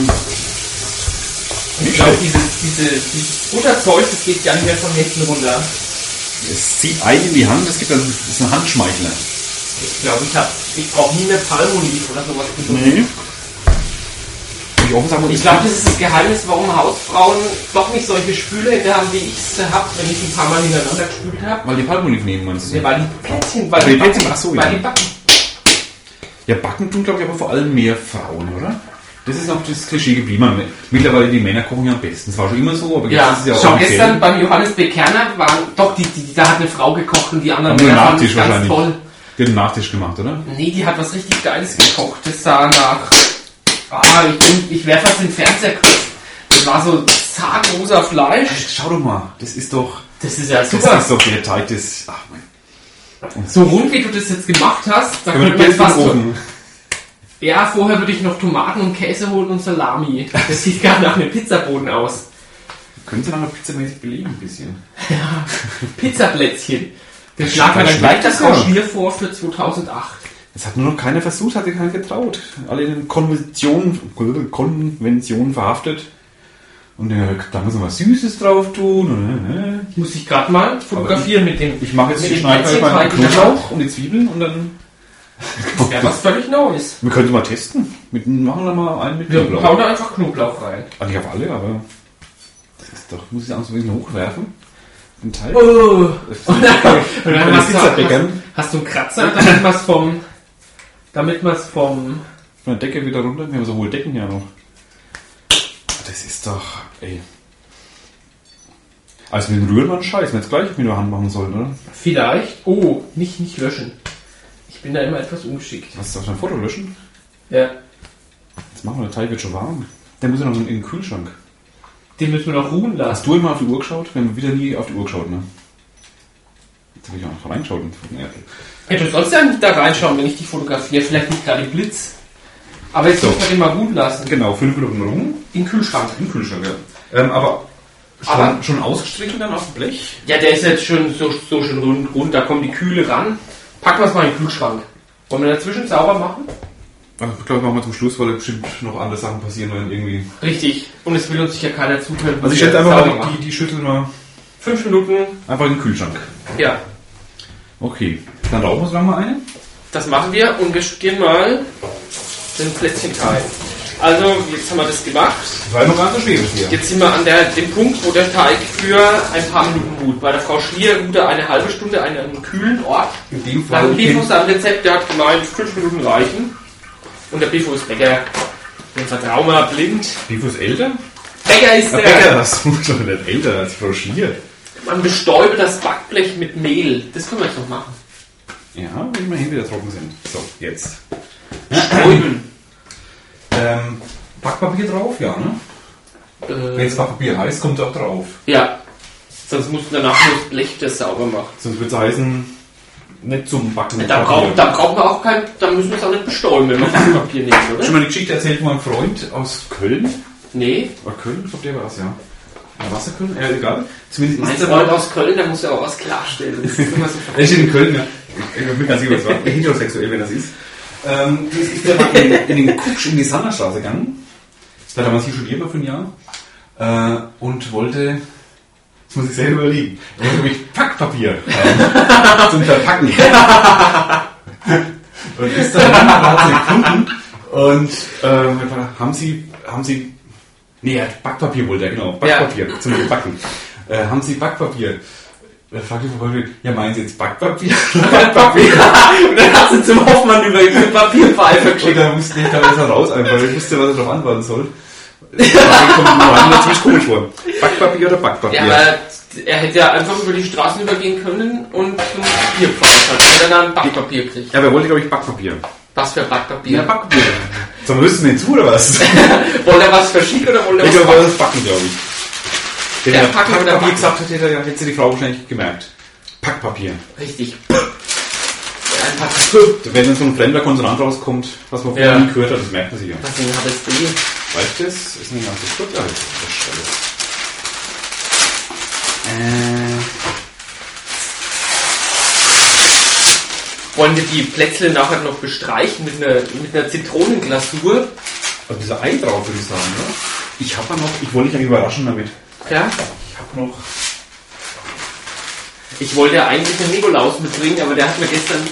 Speaker 1: Ich glaube, dieses, diese, dieses Butterzeug, das geht gar nicht mehr von hinten runter.
Speaker 2: Es zieht Ei in die Hand, es gibt dann, das ist ein Handschmeichler.
Speaker 1: Ich glaube, ich, hab- ich brauche nie mehr Palmolive oder sowas. benutzt.
Speaker 2: Nee. Ich hoffe, sagen wir,
Speaker 1: Mhm. Ich glaube, das ist das Geheimnis, warum Hausfrauen doch nicht solche Spüle in der haben, wie ich es habe, wenn ich ein paar Mal hintereinander gespült habe.
Speaker 2: weil die Palmolive nehmen, meinst du?
Speaker 1: Ja, weil die Plätzchen, weil
Speaker 2: Weil Also die Plätzchen,
Speaker 1: Backen-
Speaker 2: ach so,
Speaker 1: weil
Speaker 2: ja.
Speaker 1: die Backen.
Speaker 2: Ja, backen tun, glaube ich, aber vor allem mehr Frauen, oder? Das ist auch das Klischee geblieben. Man- Mittlerweile die Männer kochen ja am besten. Das war schon immer so, aber
Speaker 1: Ja,
Speaker 2: jetzt ist es ja
Speaker 1: schau,
Speaker 2: auch
Speaker 1: gestern beim Johannes B. Kerner waren doch, die, die, da hat eine Frau gekocht und die anderen
Speaker 2: Haben nur
Speaker 1: waren
Speaker 2: Nachtisch wahrscheinlich.
Speaker 1: toll.
Speaker 2: Die hat einen Nachtisch gemacht, oder?
Speaker 1: Nee, die hat was richtig Geiles gekocht. Das sah nach. Ah, ich, bin- ich wäre fast den Fernseher kurz. Das war so zartrosa Fleisch.
Speaker 2: Schau doch mal, das ist doch.
Speaker 1: Das ist ja
Speaker 2: Das
Speaker 1: super.
Speaker 2: ist doch der Teig des. Ach mein
Speaker 1: So rund wie du das jetzt gemacht hast, da
Speaker 2: Können wir
Speaker 1: könnte man
Speaker 2: das
Speaker 1: fast.
Speaker 2: Ofen?
Speaker 1: Ja, vorher würde ich noch Tomaten und Käse holen und Salami. Das sieht gar nach einem Pizzaboden aus.
Speaker 2: Können Sie nachher pizzamäßig belegen ein bisschen?
Speaker 1: Pizzaplätzchen. Der
Speaker 2: Das
Speaker 1: schlag mir dann
Speaker 2: schmeckt
Speaker 1: gleich das
Speaker 2: ja.
Speaker 1: Rauschbier vor für 2008.
Speaker 2: Es hat nur noch keiner versucht, hat sich keiner getraut. Alle in Konvention, Konvention verhaftet. Und äh, da muss man was Süßes drauf tun. Und, äh,
Speaker 1: Muss ich gerade mal fotografieren mit dem.
Speaker 2: Ich mache jetzt
Speaker 1: mit
Speaker 2: hier
Speaker 1: dem
Speaker 2: schneiden wir mal den
Speaker 1: Plätzchen
Speaker 2: Knoblauch und halt die Zwiebeln und dann.
Speaker 1: Das wäre was völlig Neues.
Speaker 2: Wir könnten mal testen. Mit, machen wir mal einen mit
Speaker 1: Wir
Speaker 2: Knoblauch.
Speaker 1: hauen da einfach Knoblauch rein.
Speaker 2: Ah, nicht auf alle, aber. Das ist doch, muss ich sagen, so ein bisschen hochwerfen. Den Teig.
Speaker 1: Oh.
Speaker 2: Das
Speaker 1: Und dann,
Speaker 2: ist-
Speaker 1: und dann
Speaker 2: Meine
Speaker 1: hast, du, hast,
Speaker 2: Pizzabäckern.
Speaker 1: hast du einen Kratzer, damit man es vom. Damit man es vom.
Speaker 2: Von der Decke wieder runter. Wir haben so hohe Decken ja noch. Ah, Das ist doch. Ey. Also mit dem Rühren war ein Scheiß. Wir jetzt gleich mit der Hand machen sollen, oder?
Speaker 1: Vielleicht. Oh, nicht, nicht löschen. Ich bin da immer etwas ungeschickt.
Speaker 2: Was ist auf dein Foto löschen?
Speaker 1: Ja.
Speaker 2: Jetzt machen wir, der Teig wird schon warm. Der muss ja noch in den Kühlschrank.
Speaker 1: Den müssen wir noch ruhen lassen.
Speaker 2: Hast du immer auf die Uhr geschaut? Wir haben wieder nie auf die Uhr geschaut, ne? Jetzt habe ich auch noch reingeschaut. in den fucking Apple.
Speaker 1: Ja, du sollst ja nicht da reinschauen, wenn ich dich fotografiere. Vielleicht nicht gerade Blitz. Aber jetzt
Speaker 2: So.
Speaker 1: muss man den mal ruhen lassen.
Speaker 2: Genau, fünf Minuten rum.
Speaker 1: In den Kühlschrank.
Speaker 2: Im Kühlschrank, ja. Ähm, aber schon,
Speaker 1: Aber-
Speaker 2: schon ausgestrichen dann auf dem Blech?
Speaker 1: Ja, der ist jetzt schon so, so schön rund, rund. Da kommen die Kühle ran. Packen wir es mal in den Kühlschrank. Wollen wir dazwischen sauber machen?
Speaker 2: Ich glaube, machen wir zum Schluss, weil da bestimmt noch andere Sachen passieren werden irgendwie.
Speaker 1: Richtig. Und es will uns sicher keiner zuhören.
Speaker 2: Also ich
Speaker 1: wenn
Speaker 2: schätze
Speaker 1: wir
Speaker 2: einfach
Speaker 1: sauber
Speaker 2: mal, die,
Speaker 1: machen.
Speaker 2: die, die schütteln wir
Speaker 1: Fünf Minuten.
Speaker 2: einfach in den Kühlschrank.
Speaker 1: Ja.
Speaker 2: Okay, dann rauchen wir so lange mal eine.
Speaker 1: Das machen wir und wir studieren mal den Plätzchenteil. Also, jetzt haben wir das gemacht.
Speaker 2: Das war noch gar nicht so schwierig hier.
Speaker 1: Jetzt sind wir an der, dem Punkt, wo der Teig für ein paar Minuten ruht. Bei der Frau Schlier ruht er eine halbe Stunde an einem kühlen Ort.
Speaker 2: In dem
Speaker 1: Nach
Speaker 2: Fall
Speaker 1: dem Bifo am Rezept, der hat gemeint, fünf Minuten reichen. Und der Bifo ist Bäcker. Unser Trauma blind.
Speaker 2: Bifo ist älter?
Speaker 1: Bäcker ist
Speaker 2: Ja,
Speaker 1: der.
Speaker 2: Bäcker, das ist schon nicht älter als Frau Schlier.
Speaker 1: Man bestäube das Backblech mit Mehl. Das können wir jetzt noch machen.
Speaker 2: Ja, wenn meine Hände wieder trocken sind. So, jetzt.
Speaker 1: Stäuben.
Speaker 2: Ähm, Backpapier drauf, ja, ne? Wenn
Speaker 1: Äh,
Speaker 2: das Backpapier heiß, kommt es auch drauf.
Speaker 1: ja. Sonst muss danach nur das Blech das sauber machen.
Speaker 2: Sonst würde es heißen, nicht zum Backen. mit
Speaker 1: Da
Speaker 2: Papier.
Speaker 1: braucht, da braucht man auch kein, da müssen wir es auch nicht bestäuben, wenn wir das Papier nehmen,
Speaker 2: Schon
Speaker 1: oder?
Speaker 2: mal eine Geschichte erzählt von meinem Freund aus Köln.
Speaker 1: Nee,
Speaker 2: Oder Köln, ich glaube, der war es, ja. Oder was er Köln? Ja, egal. Zumindest
Speaker 1: mein
Speaker 2: ist er
Speaker 1: Freund aus Köln, der muss ja auch was klarstellen. Das ist immer so
Speaker 2: Er steht in Köln, ja. Ich bin mir ganz sicher, was war. Heterosexuell, wenn das ist. Ähm, ist der mal in, in den Kutsch in die Sanderstraße gegangen. Da hat damals hier studiert noch für ein Jahr. Äh, und wollte. Das muss ich selber überlegen. Er wollte nämlich Packpapier haben. zum Verpacken. und ist dann hat sie gefunden. Und ähm, haben sie. Haben sie nee, er hat Backpapier wollte er, genau. Backpapier zum Backen. Äh, haben sie Backpapier? Da fragt die Frau Goldwig, ja, meinen Sie jetzt Backpapier? Backpapier.
Speaker 1: Und dann hast du zum Hoffmann über eine Papierpfeife
Speaker 2: Und
Speaker 1: geschickt.
Speaker 2: da musste ich damals raus einfach, weil ich wusste, was er darauf antworten soll. Das war mir ziemlich komisch vor. Backpapier oder
Speaker 1: Ja,
Speaker 2: Backpapier?
Speaker 1: aber er hätte ja einfach über die Straßen übergehen können und zum Papierpfeife, wenn er da ein Backpapier kriegt.
Speaker 2: Ja, aber er wollte, glaube ich, Backpapier.
Speaker 1: Was für
Speaker 4: Ja,
Speaker 1: Backpapier?
Speaker 4: Backbier.
Speaker 2: Sollen wir wissen, hinzu oder was?
Speaker 1: Wollt ihr was verschieben oder wollt ihr
Speaker 2: Ich
Speaker 1: was
Speaker 2: glaube,
Speaker 1: backen?
Speaker 2: das Backen, glaube ich. Wenn
Speaker 1: Ja,
Speaker 2: er
Speaker 1: Backen oder
Speaker 2: Packpapier
Speaker 1: Backen.
Speaker 2: gesagt hätte, dann hätte sie die Frau wahrscheinlich gemerkt. Packpapier.
Speaker 1: Richtig. Ein paar Deswegen
Speaker 2: Wenn dann so ein fremder Konsonant rauskommt, was man vorher
Speaker 1: Ja.
Speaker 2: nie gehört hat, das merkt man sich ja.
Speaker 1: habe ich die.
Speaker 2: Weißt du, das ist ein ganzes Stück alt. Das
Speaker 4: Äh,
Speaker 1: Wollen wir die Plätzle nachher noch bestreichen mit einer, mit einer Zitronenglasur?
Speaker 2: also dieser Ei drauf, würde ich sagen, ne? Ich habe noch, ich wollte dich eigentlich überraschen damit.
Speaker 1: Ja.
Speaker 2: Ich habe noch.
Speaker 1: Ich wollte ja eigentlich den Nikolaus mitbringen, aber der hat mir gestern.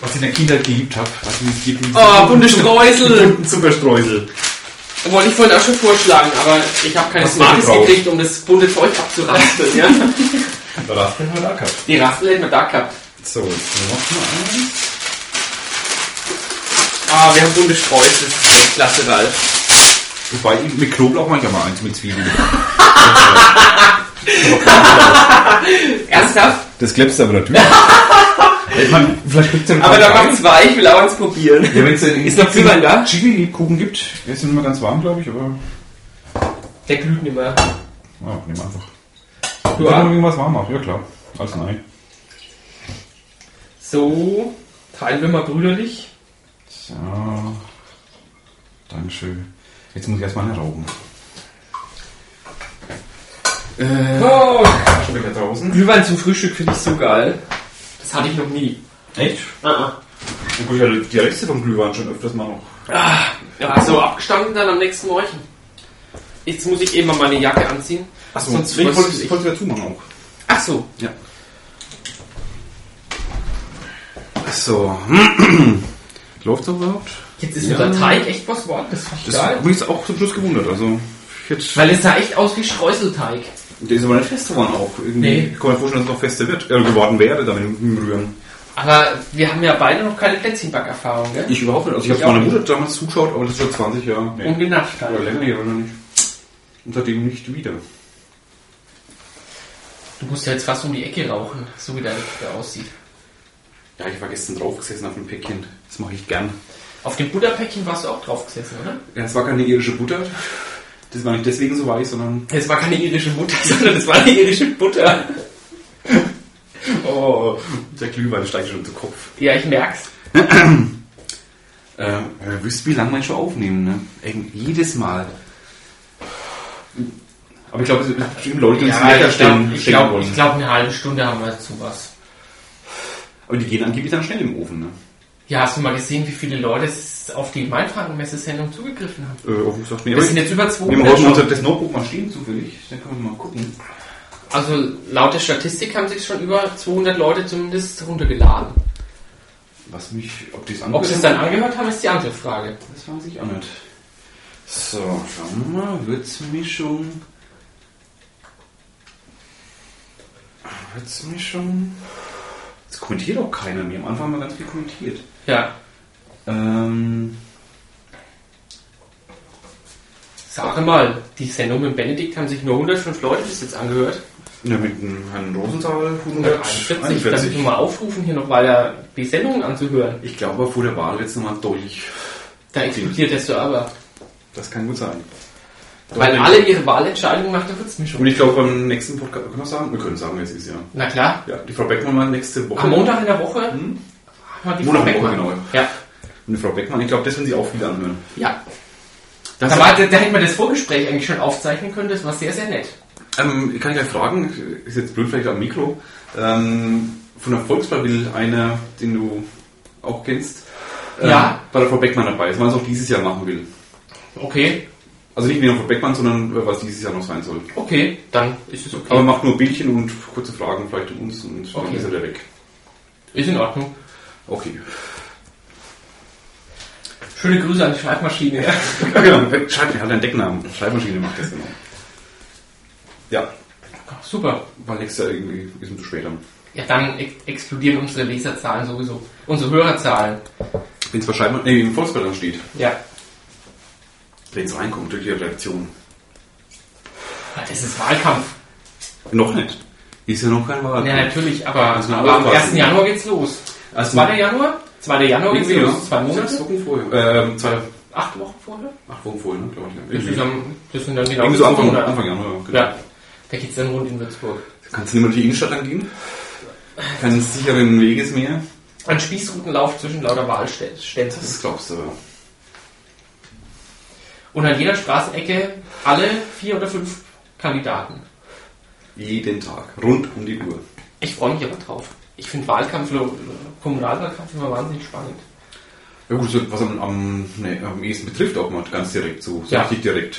Speaker 2: Was ich in der Kindheit geliebt habe. Was ich nicht geliebt
Speaker 1: Oh, bunte Streusel!
Speaker 2: Superstreusel.
Speaker 1: Wollte ich vorhin auch schon vorschlagen, aber ich habe keine
Speaker 2: Hast du nicht
Speaker 1: Smarties
Speaker 2: gebraucht.
Speaker 1: gekriegt, um das bunte Zeug abzuraspeln. Ja?
Speaker 2: Da darf man mal da gehabt.
Speaker 1: Die Raspel hätten wir da gehabt.
Speaker 2: So, jetzt noch mal eins.
Speaker 1: Ah, wir haben bunte Streusel. Das ist echt klasse, Ralf.
Speaker 2: Wobei, mit Knoblauch mache ich aber eins mit Zwiebeln.
Speaker 1: Ernsthaft?
Speaker 2: Das klebst du aber natürlich. ich meine, vielleicht gibt's ja noch
Speaker 1: Aber da
Speaker 2: einen
Speaker 1: macht's weich, ich will auch eins probieren.
Speaker 2: Ja, wenn es einen
Speaker 1: Ist noch Zwiebeln da?
Speaker 2: Chili-Lebkuchen gibt, der ist ja nicht mehr ganz warm, glaube ich, aber
Speaker 1: Der glüht nicht mehr.
Speaker 2: ja, nehmen wir einfach.
Speaker 1: Du
Speaker 2: Wenn man
Speaker 1: auch.
Speaker 2: irgendwas warm macht, ja klar. Also nein.
Speaker 1: So, teilen wir mal brüderlich.
Speaker 2: So. Dankeschön. Jetzt muss ich erstmal eine rauchen. Äh,
Speaker 1: Oh,
Speaker 2: schon wieder draußen.
Speaker 1: Glühwein zum Frühstück finde ich so geil. Das hatte ich noch nie.
Speaker 2: Echt?
Speaker 1: Ah,
Speaker 2: Obwohl ich ja die Reste vom Glühwein schon öfters mal noch.
Speaker 1: ja, so abgestanden dann am nächsten Morgen. Jetzt muss ich eben mal meine Jacke anziehen.
Speaker 2: Achso,
Speaker 1: Sonst
Speaker 2: sonst ich
Speaker 1: was-
Speaker 2: wollte ich wollte wieder zumachen auch.
Speaker 1: Ach so,
Speaker 2: So. Läuft das überhaupt?
Speaker 1: jetzt ist
Speaker 2: Ja.
Speaker 1: unser Teig echt was geworden. Das finde ich
Speaker 2: Das hat
Speaker 1: geil.
Speaker 2: mich jetzt auch zum Schluss gewundert. Also, ich hätte-
Speaker 1: Weil es sah echt aus wie Streuselteig.
Speaker 2: Der ist aber nicht fest geworden auch. Irgendwie.
Speaker 1: Nee.
Speaker 2: Ich kann mir vorstellen, dass es noch fester wird, äh, geworden wäre damit im Rühren.
Speaker 1: Aber wir haben ja beide noch keine Plätzchenbackerfahrung, gell?
Speaker 2: Ich überhaupt nicht. Also ich
Speaker 1: Ich
Speaker 2: habe meiner
Speaker 1: auch
Speaker 2: Mutter damals zugeschaut, aber das ist schon 20 Jahre.
Speaker 1: Und
Speaker 2: Nee.
Speaker 1: genascht
Speaker 2: Oder
Speaker 1: haben.
Speaker 2: länger, nee, oder nicht. Und seitdem nicht wieder.
Speaker 1: Du musst ja jetzt fast um die Ecke rauchen, so wie deine Küche aussieht.
Speaker 2: Ja, ich war gestern draufgesessen auf dem Päckchen. Das mache ich gern.
Speaker 1: Auf dem Butterpäckchen warst du auch drauf gesessen, oder?
Speaker 2: Ja, es war keine irische Butter. Das war nicht deswegen so weich, sondern.
Speaker 1: Es war keine irische Butter, sondern es war eine irische Butter.
Speaker 2: Oh, der Glühwein steigt schon zu Kopf.
Speaker 1: Ja, ich merk's.
Speaker 2: Äh, ihr wisst, wie lange wir schon aufnehmen, ne? Ey, jedes Mal. Aber ich glaube, es gibt bestimmt Leute, die uns
Speaker 1: Ja,
Speaker 2: lecker
Speaker 1: ich glaube,
Speaker 2: stellen,
Speaker 1: ich
Speaker 2: stellen
Speaker 1: glaub,
Speaker 2: wollen.
Speaker 1: ich glaub, eine halbe Stunde haben wir zu was.
Speaker 2: Aber die gehen angeblich dann schnell im Ofen, ne?
Speaker 1: Ja, hast du mal gesehen, wie viele Leute es auf die Mainfranken-Messe-Sendung zugegriffen haben?
Speaker 2: Äh, offen gesagt, nee,
Speaker 1: Wir sind jetzt über
Speaker 2: Wir haben heute
Speaker 1: 200.
Speaker 2: unser, das Notebook mal stehen zufällig. Dann können wir mal gucken.
Speaker 1: Also laut der Statistik haben sich schon über 200 Leute zumindest runtergeladen.
Speaker 2: Was mich, ob die es
Speaker 1: Ob
Speaker 2: angehört
Speaker 1: sie es dann angehört haben, ist die andere Frage.
Speaker 2: Das weiß ich auch nicht. So, schauen wir mal. Würzmischung. Würzmischung. Jetzt kommentiert auch keiner mehr. Am Anfang haben wir ganz viel kommentiert.
Speaker 1: Ja,
Speaker 2: Ähm,
Speaker 1: sage mal, die Sendung mit Benedikt haben sich nur 105 Leute bis jetzt angehört.
Speaker 2: ja, mit dem Herrn Rosenthal
Speaker 1: 141, darf ich nochmal aufrufen, hier noch weiter die Sendungen anzuhören.
Speaker 2: Ich glaube, vor der Wahl wird es nochmal durch.
Speaker 1: Da explodiert der Server.
Speaker 2: Das kann gut sein.
Speaker 1: Weil alle ihre Wahlentscheidungen nach der Würzmischung.
Speaker 2: Und ich glaube, beim nächsten Podcast, können wir sagen? Wir können sagen, wer es ist, ja.
Speaker 1: Na klar,
Speaker 2: Ja, die Frau Beckmann mal nächste Woche.
Speaker 1: am Montag in der Woche
Speaker 2: Hm?
Speaker 1: haben wir die
Speaker 2: Montag,
Speaker 1: Frau Beckmann.
Speaker 2: genau.
Speaker 1: Ja,
Speaker 2: Und die Frau Beckmann, ich glaube, das werden sie auch wieder anhören.
Speaker 1: ja. Da, war, da, da hätten wir das Vorgespräch eigentlich schon aufzeichnen können, das war sehr, sehr nett.
Speaker 2: Ähm, kann ich gleich fragen, ist jetzt blöd vielleicht am Mikro, ähm, von der Volkswahl will einer, den du auch kennst, ähm,
Speaker 1: Ja.
Speaker 2: bei der Frau Beckmann dabei ist, weil er es auch dieses Jahr machen will.
Speaker 1: Okay,
Speaker 2: Also nicht mehr Frau Beckmann, sondern äh, was dieses Jahr noch sein soll.
Speaker 1: okay, dann ist es
Speaker 2: Aber
Speaker 1: okay.
Speaker 2: macht nur Bildchen und kurze Fragen vielleicht um uns und dann
Speaker 1: Okay.
Speaker 2: ist er wieder weg.
Speaker 1: Ist in Ordnung.
Speaker 2: Okay.
Speaker 1: Schöne Grüße an die Schreibmaschine.
Speaker 2: Ja, genau. Schreib, er hat einen Decknamen. Schreibmaschine macht das genau. Ja,
Speaker 1: Super.
Speaker 2: weil nächstes Jahr irgendwie ist ein bisschen zu spät dann.
Speaker 1: Ja, dann ex explodieren unsere Leserzahlen sowieso. Unsere Hörerzahlen.
Speaker 2: Wenn es bei Schreibmaschine, nee, im Volkswahl dann steht,
Speaker 1: Ja.
Speaker 2: wenn es reinkommt durch die Redaktion.
Speaker 1: Ah, Das ist Wahlkampf.
Speaker 2: Noch nicht. Ist ja noch kein Wahl.
Speaker 1: Ja, natürlich, aber,
Speaker 2: Müssen wir
Speaker 1: aber am
Speaker 2: aufpassen.
Speaker 1: 1. Januar geht's los.
Speaker 2: Also-
Speaker 1: Was war der Januar? 2. Januar
Speaker 2: Irgendwie,
Speaker 1: geht's los,
Speaker 2: ja.
Speaker 1: zwei Monate.
Speaker 2: Sechs Wochen vorher. Ähm, zwei,
Speaker 1: Äh, Acht Wochen vorher?
Speaker 2: acht Wochen vorher, ne, glaube ich.
Speaker 1: Das, ist
Speaker 2: Irgendwie,
Speaker 1: am, das sind dann genau
Speaker 2: irgendwie so
Speaker 1: fünf
Speaker 2: Anfang,
Speaker 1: Monate.
Speaker 2: Anfang Januar. genau.
Speaker 1: Ja, da geht's dann rund in Würzburg.
Speaker 2: Kannst du nicht mehr durch die Innenstadt lang gehen? Keinen sicheren Weges mehr?
Speaker 1: Ein Spießrutenlauf zwischen lauter Wahlstätten.
Speaker 2: Das glaubst du aber.
Speaker 1: Und an jeder Straßenecke alle vier oder fünf Kandidaten.
Speaker 2: Jeden Tag. Rund um die Uhr.
Speaker 1: Ich freue mich aber drauf. Ich finde Wahlkampf, lo- Kommunalwahlkampf immer wahnsinnig spannend.
Speaker 2: Ja gut, so was am, am, nee, am ehesten betrifft auch mal ganz direkt so. so
Speaker 1: Ja.
Speaker 2: Richtig direkt.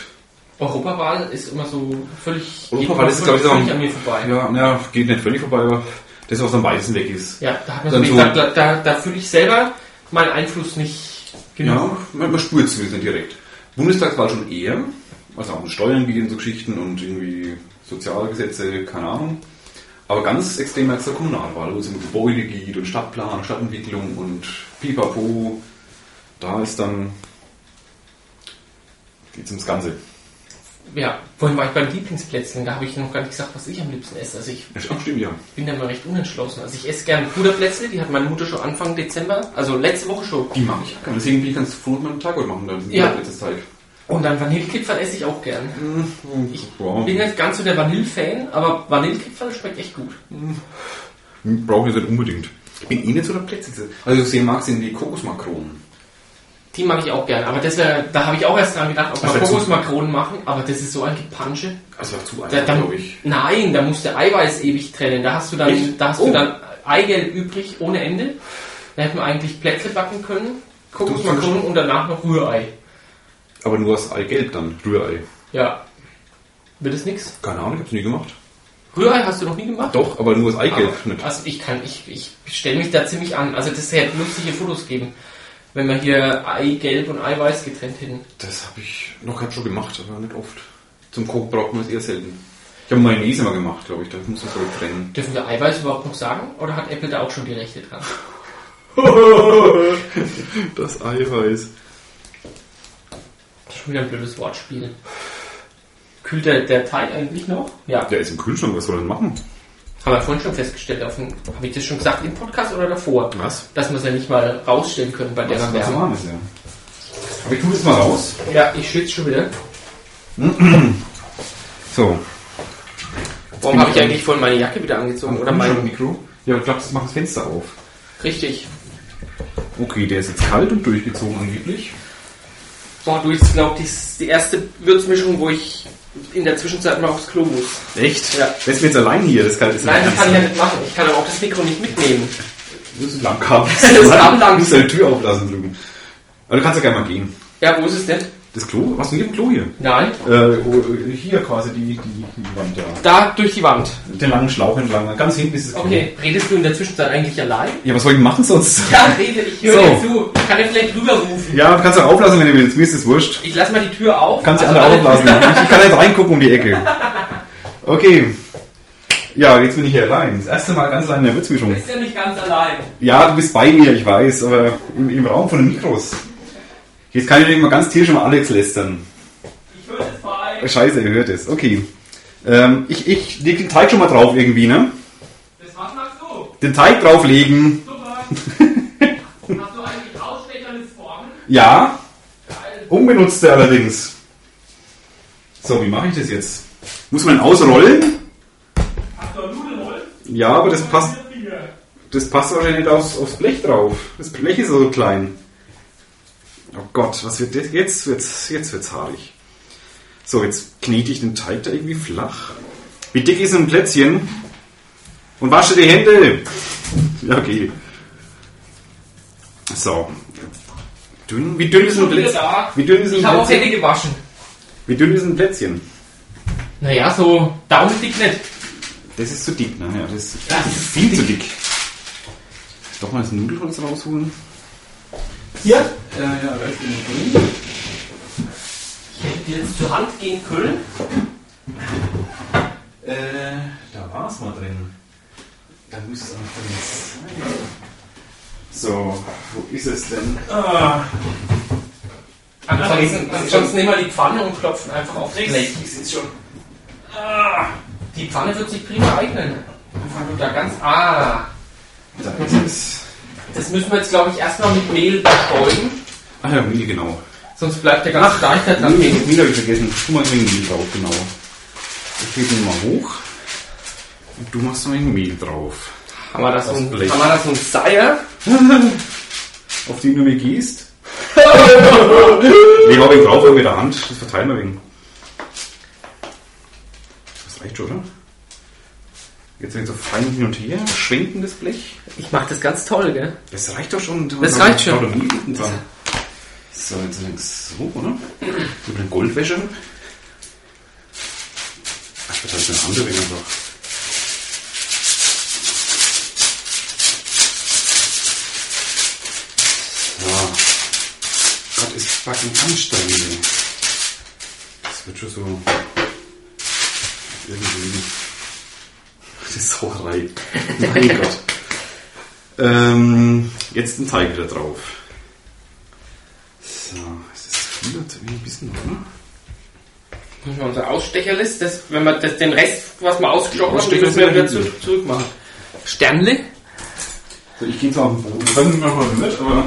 Speaker 1: Europawahl ist immer so völlig,
Speaker 2: Europawahl
Speaker 1: geht
Speaker 2: ist, glaube ich, so
Speaker 1: völlig
Speaker 2: am-
Speaker 1: an mir vorbei. Ja,
Speaker 2: Ja, na, geht nicht völlig vorbei, aber das, was am weißen weg ist.
Speaker 1: da hat man
Speaker 2: Dann
Speaker 1: so,
Speaker 2: so-
Speaker 1: gesagt, da, da, da fühle ich selber meinen Einfluss nicht genug.
Speaker 2: Ja, man, man spürt es zumindest nicht direkt. Bundestagswahl schon eher, also auch um Steuern gehen, so Geschichten und irgendwie Sozialgesetze, keine Ahnung. Aber ganz extrem merkst du der Kommunalwahl, wo es um Gebäude geht und Stadtplan, Stadtentwicklung und Pipapo. Da ist dann. geht's ums Ganze.
Speaker 1: Ja. vorhin war ich beim Lieblingsplätzchen, da habe ich noch gar nicht gesagt, was ich am liebsten esse. Also ich
Speaker 2: Ach, stimmt, ja.
Speaker 1: bin da mal recht unentschlossen. Also ich esse gerne Puderplätzle, die hat meine Mutter schon Anfang Dezember, also letzte Woche schon.
Speaker 2: Die mache ich auch gerne. Deswegen bin ich ganz froh, dass man Tag machen dann.
Speaker 1: Ja.
Speaker 2: Letztes Teig.
Speaker 1: Und dann Vanillekipferl esse ich auch gern.
Speaker 2: Ich
Speaker 1: Ich bin nicht ganz so der Vanille-Fan, aber Vanillekipferl schmeckt echt gut.
Speaker 2: brauche ich jetzt nicht unbedingt. Ich bin eh nicht so der Plätzigste. Also, sehen mag sind die Kokosmakronen.
Speaker 1: Die mag ich auch gerne, aber das wär, da habe ich auch erst dran gedacht, ob
Speaker 2: Das
Speaker 1: wir
Speaker 2: wär zu-
Speaker 1: Kokosmakronen machen, aber das ist so ein Gepansche.
Speaker 2: Also war zu
Speaker 1: Da,
Speaker 2: einfach,
Speaker 1: da,
Speaker 2: glaube ich.
Speaker 1: nein, da musst du Eiweiß ewig trennen. Da hast du dann,
Speaker 2: Echt?
Speaker 1: da hast
Speaker 2: Oh.
Speaker 1: du dann Eigelb übrig ohne Ende. Da hätten wir eigentlich Plätzle backen können, Kokosmakronen und danach noch Rührei.
Speaker 2: Aber nur aus Eigelb dann, Rührei.
Speaker 1: Ja. Wird es nix?
Speaker 2: Keine Ahnung, ich hab's nie gemacht.
Speaker 1: Rührei hast du noch nie gemacht?
Speaker 2: Doch, aber nur aus Eigelb.
Speaker 1: Aber,
Speaker 2: nicht.
Speaker 1: also ich kann, ich, ich stelle mich da ziemlich an. Also das hätte lustige Fotos geben, wenn wir hier Eigelb und Eiweiß getrennt hätten.
Speaker 2: Das habe ich noch gerade schon gemacht, aber nicht oft. Zum Kochen braucht man es eher selten. Ich habe Mayonnaise mal gemacht, glaube ich. Da muss man es, glaube ich, trennen.
Speaker 1: Dürfen wir Eiweiß überhaupt noch sagen? Oder hat Apple da auch schon die Rechte dran?
Speaker 2: Das Eiweiß.
Speaker 1: Schon wieder ein blödes Wortspiel. Kühlt der, der Teig eigentlich noch? Ja.
Speaker 2: Der ist im Kühlschrank, was soll er denn machen?
Speaker 1: Haben wir vorhin schon festgestellt, auf dem, habe ich das schon gesagt im Podcast oder davor?
Speaker 2: Was?
Speaker 1: Dass wir es ja nicht mal rausstellen können bei der
Speaker 2: Was, was
Speaker 1: Wärme.
Speaker 2: warm ist, ja. Aber ich tue das mal raus.
Speaker 1: Ja, ich schwitze schon wieder.
Speaker 2: So.
Speaker 1: Warum habe ich eigentlich vorhin meine Jacke wieder angezogen? Oder mein.
Speaker 2: Mikro? Ja, ich glaube, das macht das Fenster auf.
Speaker 1: Richtig.
Speaker 2: Okay, der ist jetzt kalt und durchgezogen angeblich.
Speaker 1: Boah, du, ich glaube, die ist die erste Würzmischung, wo ich in der Zwischenzeit mal aufs Klo muss.
Speaker 2: Echt?
Speaker 1: Ja.
Speaker 2: Ja. Lässt mir jetzt allein hier, das kalt ist.
Speaker 1: Nein, das kann ich
Speaker 2: ich
Speaker 1: ja nicht machen. Ich kann aber auch das Mikro nicht mitnehmen.
Speaker 2: Das ist lang kam. Das
Speaker 1: ist lang, lang.
Speaker 2: Du musst deine Tür auflassen, Lugen. Aber du kannst ja gerne mal gehen.
Speaker 1: Ja, wo ist es denn?
Speaker 2: Das Klo? Was ist denn hier im Klo hier?
Speaker 1: Nein.
Speaker 2: Äh, oh, hier quasi die, die, die Wand da.
Speaker 1: Da durch die Wand.
Speaker 2: Den langen Schlauch entlang. Ganz hinten ist das Klo.
Speaker 1: Okay, redest du in der Zwischenzeit eigentlich allein?
Speaker 2: Ja, was soll ich machen sonst?
Speaker 1: Ja, rede, ich höre
Speaker 2: So.
Speaker 1: dir zu. Ich kann dir vielleicht rüberrufen.
Speaker 2: Ja, du kannst auch auflassen, wenn du willst. Mir ist das wurscht.
Speaker 1: Ich lasse mal die Tür auf.
Speaker 2: Kannst du
Speaker 1: Also
Speaker 2: alle
Speaker 1: alle-
Speaker 2: auflassen. Ich kann jetzt reingucken um die Ecke. Okay. Ja, jetzt bin ich hier allein. Das erste Mal ganz allein in der Witzmischung.
Speaker 1: Du bist ja nicht ganz allein.
Speaker 2: Ja, du bist bei mir, ich weiß, aber im, im Raum von den Mikros. Jetzt kann ich nicht mal ganz tierisch um Alex lästern.
Speaker 1: Ich höre es bei.
Speaker 2: Scheiße, er hört es. Okay. Ähm, ich, ich leg den Teig schon mal drauf irgendwie, ne?
Speaker 1: Das machen wir so.
Speaker 2: Den Teig drauflegen.
Speaker 1: Super. Hast du eigentlich ausstechernes Formen?
Speaker 2: Ja. Unbenutzte allerdings. So, wie mache ich das jetzt? Muss man ihn ausrollen?
Speaker 1: Hast du ein Nudelholz?
Speaker 2: Ja, aber das passt.
Speaker 1: Bier.
Speaker 2: Das passt wahrscheinlich nicht aufs, aufs Blech drauf. Das Blech ist so klein. Oh Gott, was wird das? Jetzt wird's, jetzt wird's haarig. So, jetzt knete ich den Teig da irgendwie flach. Wie dick ist ein Plätzchen? Und wasche die Hände! Ja, okay. So. Dünn, wie dünn ist ein
Speaker 1: Schon wieder
Speaker 2: Plätzchen?
Speaker 1: da.
Speaker 2: Wie dünn ist ein
Speaker 1: Ich habe auch
Speaker 2: Plätzchen?
Speaker 1: Hände gewaschen.
Speaker 2: Wie dünn ist ein Plätzchen?
Speaker 1: Naja, so daumendick nicht.
Speaker 2: Das ist zu dick, ne? Ja, das ist
Speaker 1: Das ist
Speaker 2: viel zu dick. Doch mal das Nudelholz rausholen.
Speaker 1: Hier?
Speaker 2: Ja, ja, das ist
Speaker 1: Ich hätte dir jetzt zur Hand gehen können.
Speaker 2: Äh, da war es mal drin. Da müsste es auch drin sein. So, wo ist es denn?
Speaker 1: Ah, Ansonsten, ansonsten nehmen wir die Pfanne und klopfen einfach auf das Blech.
Speaker 2: Ich sitze schon.
Speaker 1: Die Pfanne wird sich prima eignen. Wenn du da ganz. Ah!
Speaker 2: Da ist es.
Speaker 1: Das müssen wir jetzt, glaube ich, erstmal mit Mehl bestäuben.
Speaker 2: Ach ja, Mehl, genau.
Speaker 1: Sonst bleibt der ganze Teig nicht lang
Speaker 2: Mehl,
Speaker 1: liegen.
Speaker 2: Mehl habe ich vergessen. Tu mal ein Mehl drauf, genau. Ich gebe ihn mal hoch. Und du machst noch ein Mehl drauf.
Speaker 1: Haben wir das
Speaker 2: Das
Speaker 1: und,
Speaker 2: Blech.
Speaker 1: haben wir das und Seier?
Speaker 2: Auf den du mir gehst. nee, hau ihn drauf, hau mit der Hand. Das verteilen wir wegen. Das reicht schon, oder? Jetzt wird so fein hin und her, schwenken das Blech.
Speaker 1: Ich mache das ganz toll, gell?
Speaker 2: Das reicht doch schon.
Speaker 1: Das reicht schon.
Speaker 2: Doch nie hinten dran. So, jetzt links so, oder? Über den Goldwäsche. Ach, das ist eine andere Dinge doch. Ja. Gott, ist fucking anstrengend. ey. Das wird schon so. Irgendwie. Die Sauerei. Mein Gott. Ähm, jetzt ein Teig wieder drauf. So, es ist viel zu wenig ein bisschen, oder?
Speaker 1: Machen wir Unser Ausstecherlist, das, wenn wir das, den Rest, was wir ausgestochen haben, den
Speaker 2: Ausstecher
Speaker 1: müssen wir
Speaker 2: sind
Speaker 1: wieder
Speaker 2: hinten.
Speaker 1: zu, zurück machen. Sternle?
Speaker 2: So, ich gehe jetzt auf den Boden. Ich weiß nicht mehr, was mit, aber.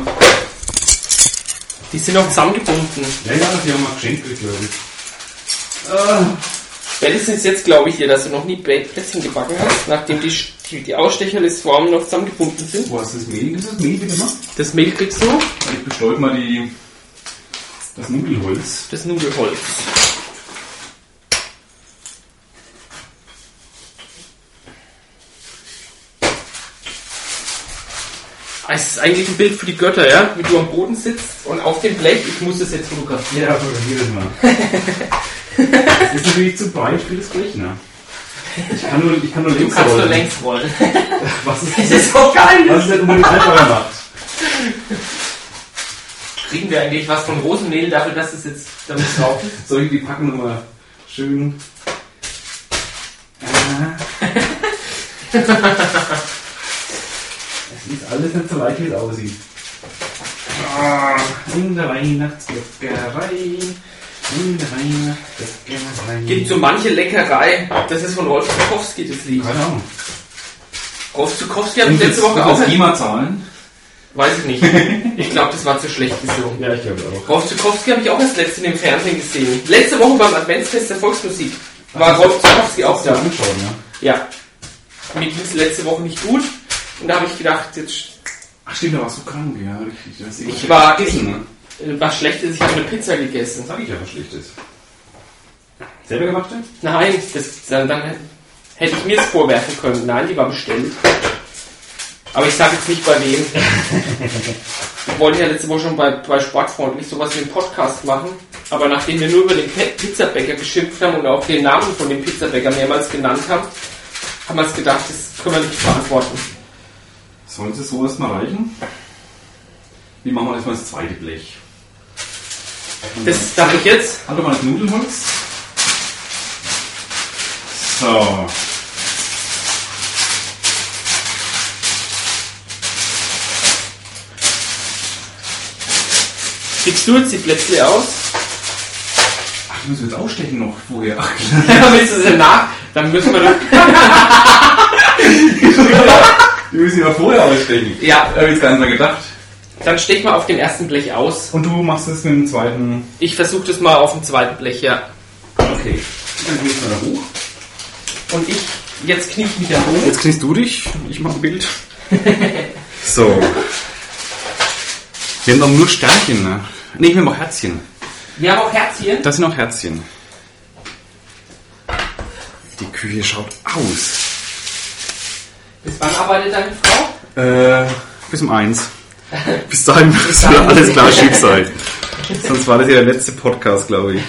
Speaker 1: Die sind noch zusammengebunden.
Speaker 2: Ja, ja, die haben wir geschenkt, gekriegt, glaube ich. Ah,
Speaker 1: Spätestens jetzt glaube ich dir, dass du noch nie Blä- Plätzchen gebacken hast, nachdem die, Sch- die, die Ausstecherlistformen noch zusammengebunden sind.
Speaker 2: Wo hast du das Mehl? Nimmst du das Mehl bitte mal?
Speaker 1: Das Mehl kriegst du,
Speaker 2: Ich bestäube mal die, das Nudelholz.
Speaker 1: das Nudelholz. Ah, Es ist eigentlich ein Bild für die Götter, ja? Wie du am Boden sitzt und auf dem Blech, ich muss das jetzt fotografieren.
Speaker 2: Ja, fotografier das mal. das ist natürlich zu breit für das Blech, ne? Ich kann nur, ich kann nur
Speaker 1: Du
Speaker 2: links
Speaker 1: kannst nur
Speaker 2: rollen.
Speaker 1: längs rollen.
Speaker 2: Was ist
Speaker 1: Das ist so geil.
Speaker 2: Was ist denn unbedingt einfacher macht?
Speaker 1: Kriegen wir eigentlich was von Rosenmehl dafür, dass es jetzt damit drauf ist?
Speaker 2: Soll ich die packen nochmal schön? Es ist alles nicht so leicht, wie es aussieht. Ah, In der Weihnachtsbäckerei, in der Weihnachtsbäckerei.
Speaker 1: Gibt so manche Leckerei. Das ist von Rolf Zukowski, das Lied.
Speaker 2: Keine Ahnung.
Speaker 1: Rolf Zukowski habe ich letzte Woche auch.
Speaker 2: das GEMA zahlen?
Speaker 1: Weiß ich nicht. Ich glaube, das war zu schlecht gesungen.
Speaker 2: Ja, ich glaube auch.
Speaker 1: Rolf Zukowski habe ich auch erst letztens im Fernsehen gesehen. Letzte Woche beim Adventsfest der Volksmusik war Rolf Zukowski auch
Speaker 2: Hast du ja
Speaker 1: da.
Speaker 2: angeschaut, ne?
Speaker 1: Ja. Mir ging es letzte Woche nicht gut. Und da habe ich gedacht, jetzt
Speaker 2: Ach stimmt, da warst du krank, ja. richtig. Du hast irgendwas
Speaker 1: Ich war-
Speaker 2: vergessen, ne?
Speaker 1: äh, was Schlechtes, ich habe eine Pizza gegessen.
Speaker 2: Sag ich ja was Schlechtes. Selber gemacht denn?
Speaker 1: Nein, das, dann, dann hätte ich mir es vorwerfen können. Nein, die war bestellt. Aber ich sage jetzt nicht bei wem. Wir wollten ja letzte Woche schon bei, bei Sportfreundlich sowas wie einen Podcast machen. Aber nachdem wir nur über den Pe- Pizzabäcker geschimpft haben und auch den Namen von dem Pizzabäcker mehrmals genannt haben, haben wir uns gedacht, das können wir nicht verantworten.
Speaker 2: Sollte so erstmal reichen? Wir machen erstmal das zweite Blech.
Speaker 1: Das sage ich jetzt.
Speaker 2: Hallo mal das Nudelholz. So.
Speaker 1: Kriegst du jetzt die Plätzle aus?
Speaker 2: Ach, ich muss jetzt ausstechen noch vorher. Ach,
Speaker 1: Willst du sie nach? Dann müssen wir...
Speaker 2: wir müssen ja vorher ausstechen.
Speaker 1: Ja,
Speaker 2: Ich habe jetzt gar nicht mehr gedacht.
Speaker 1: dann steh ich mal auf dem ersten Blech aus.
Speaker 2: Und du machst es mit dem zweiten.
Speaker 1: Ich versuche das mal auf dem zweiten Blech, ja.
Speaker 2: Okay. Dann gehst du da hoch.
Speaker 1: Und ich, jetzt knie ich wieder hoch.
Speaker 2: Jetzt kniest du dich. Ich mache ein Bild. so. Wir haben doch nur Sternchen, ne? Ne, wir haben auch Herzchen.
Speaker 1: Wir haben auch Herzchen.
Speaker 2: Das sind auch Herzchen. Die Küche schaut aus.
Speaker 1: Bis wann arbeitet deine Frau?
Speaker 2: Äh, bis um eins. Bis dahin muss ja alles klar schief sein. Sonst war das ja der letzte Podcast, glaube ich.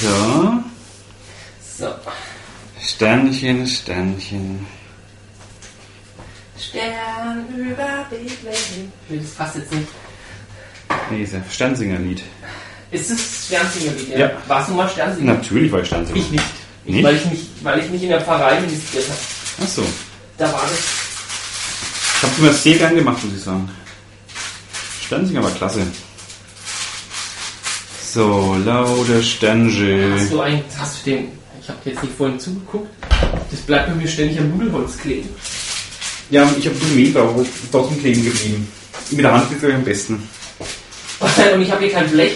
Speaker 2: So.
Speaker 1: So.
Speaker 2: Sternchen, Sternchen.
Speaker 1: Stern über Bethlehem. Nee, das passt jetzt nicht.
Speaker 2: Nee, ist ja Sternsingerlied.
Speaker 1: Ist es Sternsinger wieder?
Speaker 2: Ja.
Speaker 1: Warst du mal Sternsinger?
Speaker 2: Natürlich war ich Sternsinger.
Speaker 1: Ich nicht. Ich,
Speaker 2: Nicht?
Speaker 1: Weil ich nicht. Weil ich nicht in der Pfarrei ministriert habe.
Speaker 2: Achso.
Speaker 1: Da war das.
Speaker 2: Ich habe immer sehr gern gemacht, muss ich sagen. Sternsinger war klasse. So, lauter Sternchen.
Speaker 1: Hast du einen, hast du den. Ich habe jetzt nicht vorhin zugeguckt. Das bleibt bei mir ständig am Nudelholz kleben.
Speaker 2: Ja, ich habe den Mehl drauf, draußen kleben geblieben. Mit der Hand geht es euch am besten.
Speaker 1: Und ich habe hier kein Blech.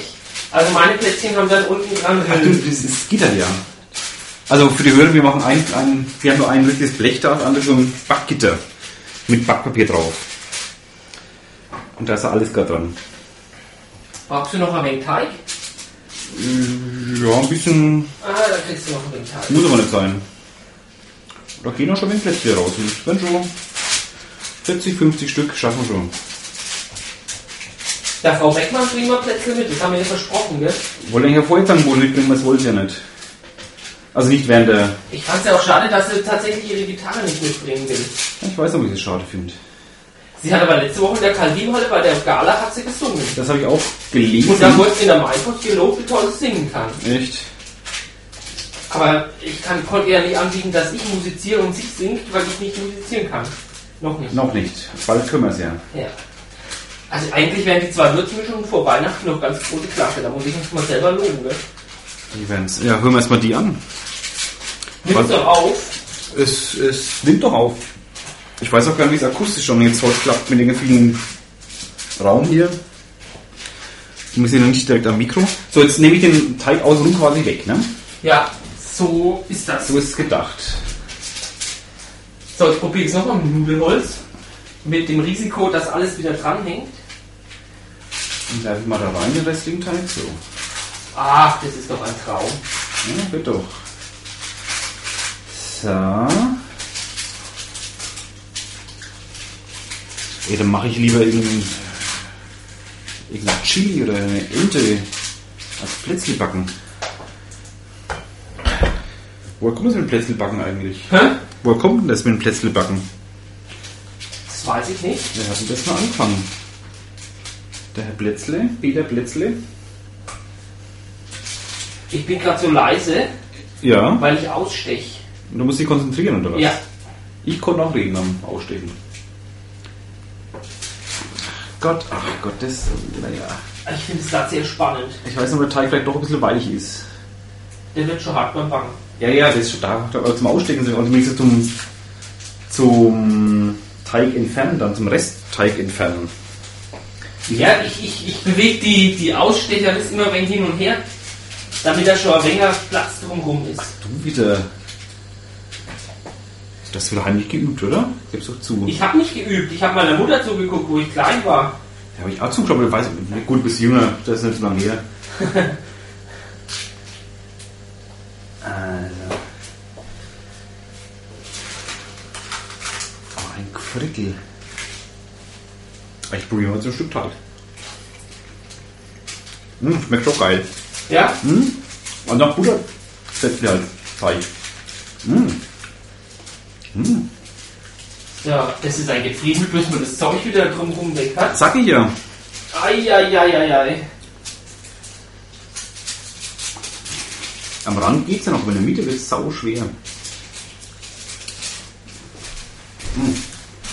Speaker 1: Also meine Plätzchen haben dann unten dran.
Speaker 2: das ist Gitter, ja. Also für die Hörer, wir machen ein, ein, wir haben nur ein richtiges Blech da, das andere so ein Backgitter mit Backpapier drauf. Und da ist ja alles gerade dran.
Speaker 1: Brauchst du noch ein wenig Teig?
Speaker 2: Ja, ein bisschen
Speaker 1: Ah, da kriegst du noch ein wenig Teig.
Speaker 2: muss aber nicht sein. Da gehen auch schon mit Plätzchen raus. Und Wenn schon 40, 50 Stück schaffen wir schon.
Speaker 1: Der Frau Beckmann bringt mal Plätzchen mit, das haben wir ihr versprochen, gell?
Speaker 2: Wollte ich ja vorher sagen, wo mitbringen, das wollte ich ja nicht. Also nicht während der.
Speaker 1: Ich fand's ja auch schade, dass sie tatsächlich ihre Gitarre nicht mitbringen will.
Speaker 2: Ich weiß noch, wie ich das schade finde.
Speaker 1: Sie hat aber letzte Woche in der Calvinhalle bei der Gala hat sie gesungen.
Speaker 2: Das habe ich auch gelesen.
Speaker 1: Und da wurde sie in der Minecraft gelobt, wie toll sie singen kann.
Speaker 2: Echt?
Speaker 1: Aber ich kann, konnte ihr ja nicht anbieten, dass ich musiziere und sie singt, weil ich nicht musizieren kann. Noch nicht.
Speaker 2: Noch nicht. Bald können wir es ja.
Speaker 1: Ja. Also eigentlich wären die zwei Würzmischungen vor Weihnachten noch ganz große Klasse. Da muss ich mich mal selber loben, gell?
Speaker 2: Die werden's. Ja, hören wir erstmal die an. Was?
Speaker 1: Nimm's doch auf.
Speaker 2: Es, es nimmt doch auf. Ich weiß auch gar nicht, wie es akustisch schon jetzt heute klappt mit dem vielen Raum hier. Wir sind ja nicht direkt am Mikro. So, jetzt nehme ich den Teig außenrum quasi weg, ne?
Speaker 1: Ja, so ist das.
Speaker 2: So ist es gedacht.
Speaker 1: So, jetzt probiere ich es nochmal mit Nudelholz. Mit dem Risiko, dass alles wieder dranhängt.
Speaker 2: Und werfe ich mal da rein den restlichen Teig. halt So.
Speaker 1: Ach, das ist doch ein Traum.
Speaker 2: Ja, wird doch. So. Ey, dann mache ich lieber irgendein, irgendein Chili oder eine Ente als Plätzchenbacken. Woher kommt das mit dem Plätzchenbacken eigentlich?
Speaker 1: Hä?
Speaker 2: Woher kommt denn das mit dem Plätzchenbacken?
Speaker 1: Das weiß ich nicht.
Speaker 2: Wer hat denn das mal angefangen? Der Herr Plätzle? Peter Plätzle?
Speaker 1: Ich bin gerade so leise,
Speaker 2: Ja.
Speaker 1: weil ich ausstech.
Speaker 2: Du musst dich konzentrieren, oder was?
Speaker 1: Ja.
Speaker 2: Ich konnte auch reden am Ausstehen. Gott, ach Gott, das, naja.
Speaker 1: Ich finde es gerade sehr spannend.
Speaker 2: Ich weiß nicht, ob der Teig vielleicht doch ein bisschen weich ist.
Speaker 1: Der wird schon hart beim Backen.
Speaker 2: Ja, ja, das ist schon da. Aber zum Ausstecken sind wir zumindest zum, zum Teig entfernen, dann zum Restteig entfernen.
Speaker 1: Ja, ich, ich, ich bewege die, die Ausstecher das immer ein wenig hin und her, damit da schon ein wenig Platz drumherum ist.
Speaker 2: Du wieder. Das wird heimlich geübt, oder? Gib's doch zu.
Speaker 1: Ich habe nicht geübt. Ich habe meiner Mutter zugeguckt, wo ich klein war.
Speaker 2: Da habe ich auch zugeschaut, aber ich weiß, nicht. gut, du bist jünger, das ist nicht mal mehr. also. Oh, ein Viertel. Ich probiere mal so ein Stück Teig. Hm, schmeckt doch geil.
Speaker 1: Ja?
Speaker 2: Hm? Und nach Butter setzt mir halt Teig. Hm. Hm.
Speaker 1: Ja, das ist ein Getriebe, bis man das Zeug wieder drumherum weg hat.
Speaker 2: Sag ich ja.
Speaker 1: Eieieiei.
Speaker 2: Am Rand geht's ja noch, aber in der Mitte wird's sau schwer. Hm.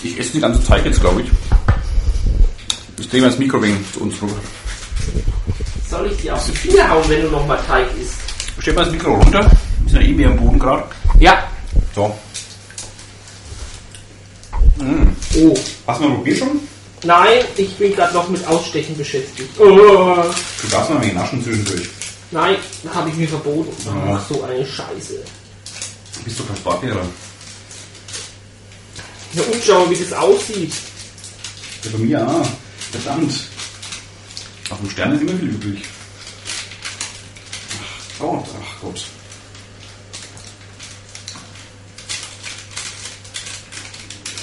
Speaker 2: Ich esse den ganzen Teig jetzt, glaube ich. Ich drehe mal das Mikro wegen zu uns rüber.
Speaker 1: Soll ich dir auf die Finger hauen, wenn du nochmal Teig isst?
Speaker 2: Stell mal das Mikro runter. Ist ja eh mehr am Boden gerade.
Speaker 1: Ja.
Speaker 2: So. Hm.
Speaker 1: Oh.
Speaker 2: Hast du mal probiert schon?
Speaker 1: Nein, ich bin gerade noch mit Ausstechen beschäftigt. Oh.
Speaker 2: Du darfst mal wegen Naschen zwischendurch.
Speaker 1: Nein, das habe ich mir verboten.
Speaker 2: Ah.
Speaker 1: Ach, so eine Scheiße.
Speaker 2: Bist du kein Sparkehrer?
Speaker 1: Ja, und schau mal, wie das aussieht.
Speaker 2: Ja, bei mir auch. Verdammt. Auf dem Stern ist immer viel übrig. Ach Gott, ach Gott.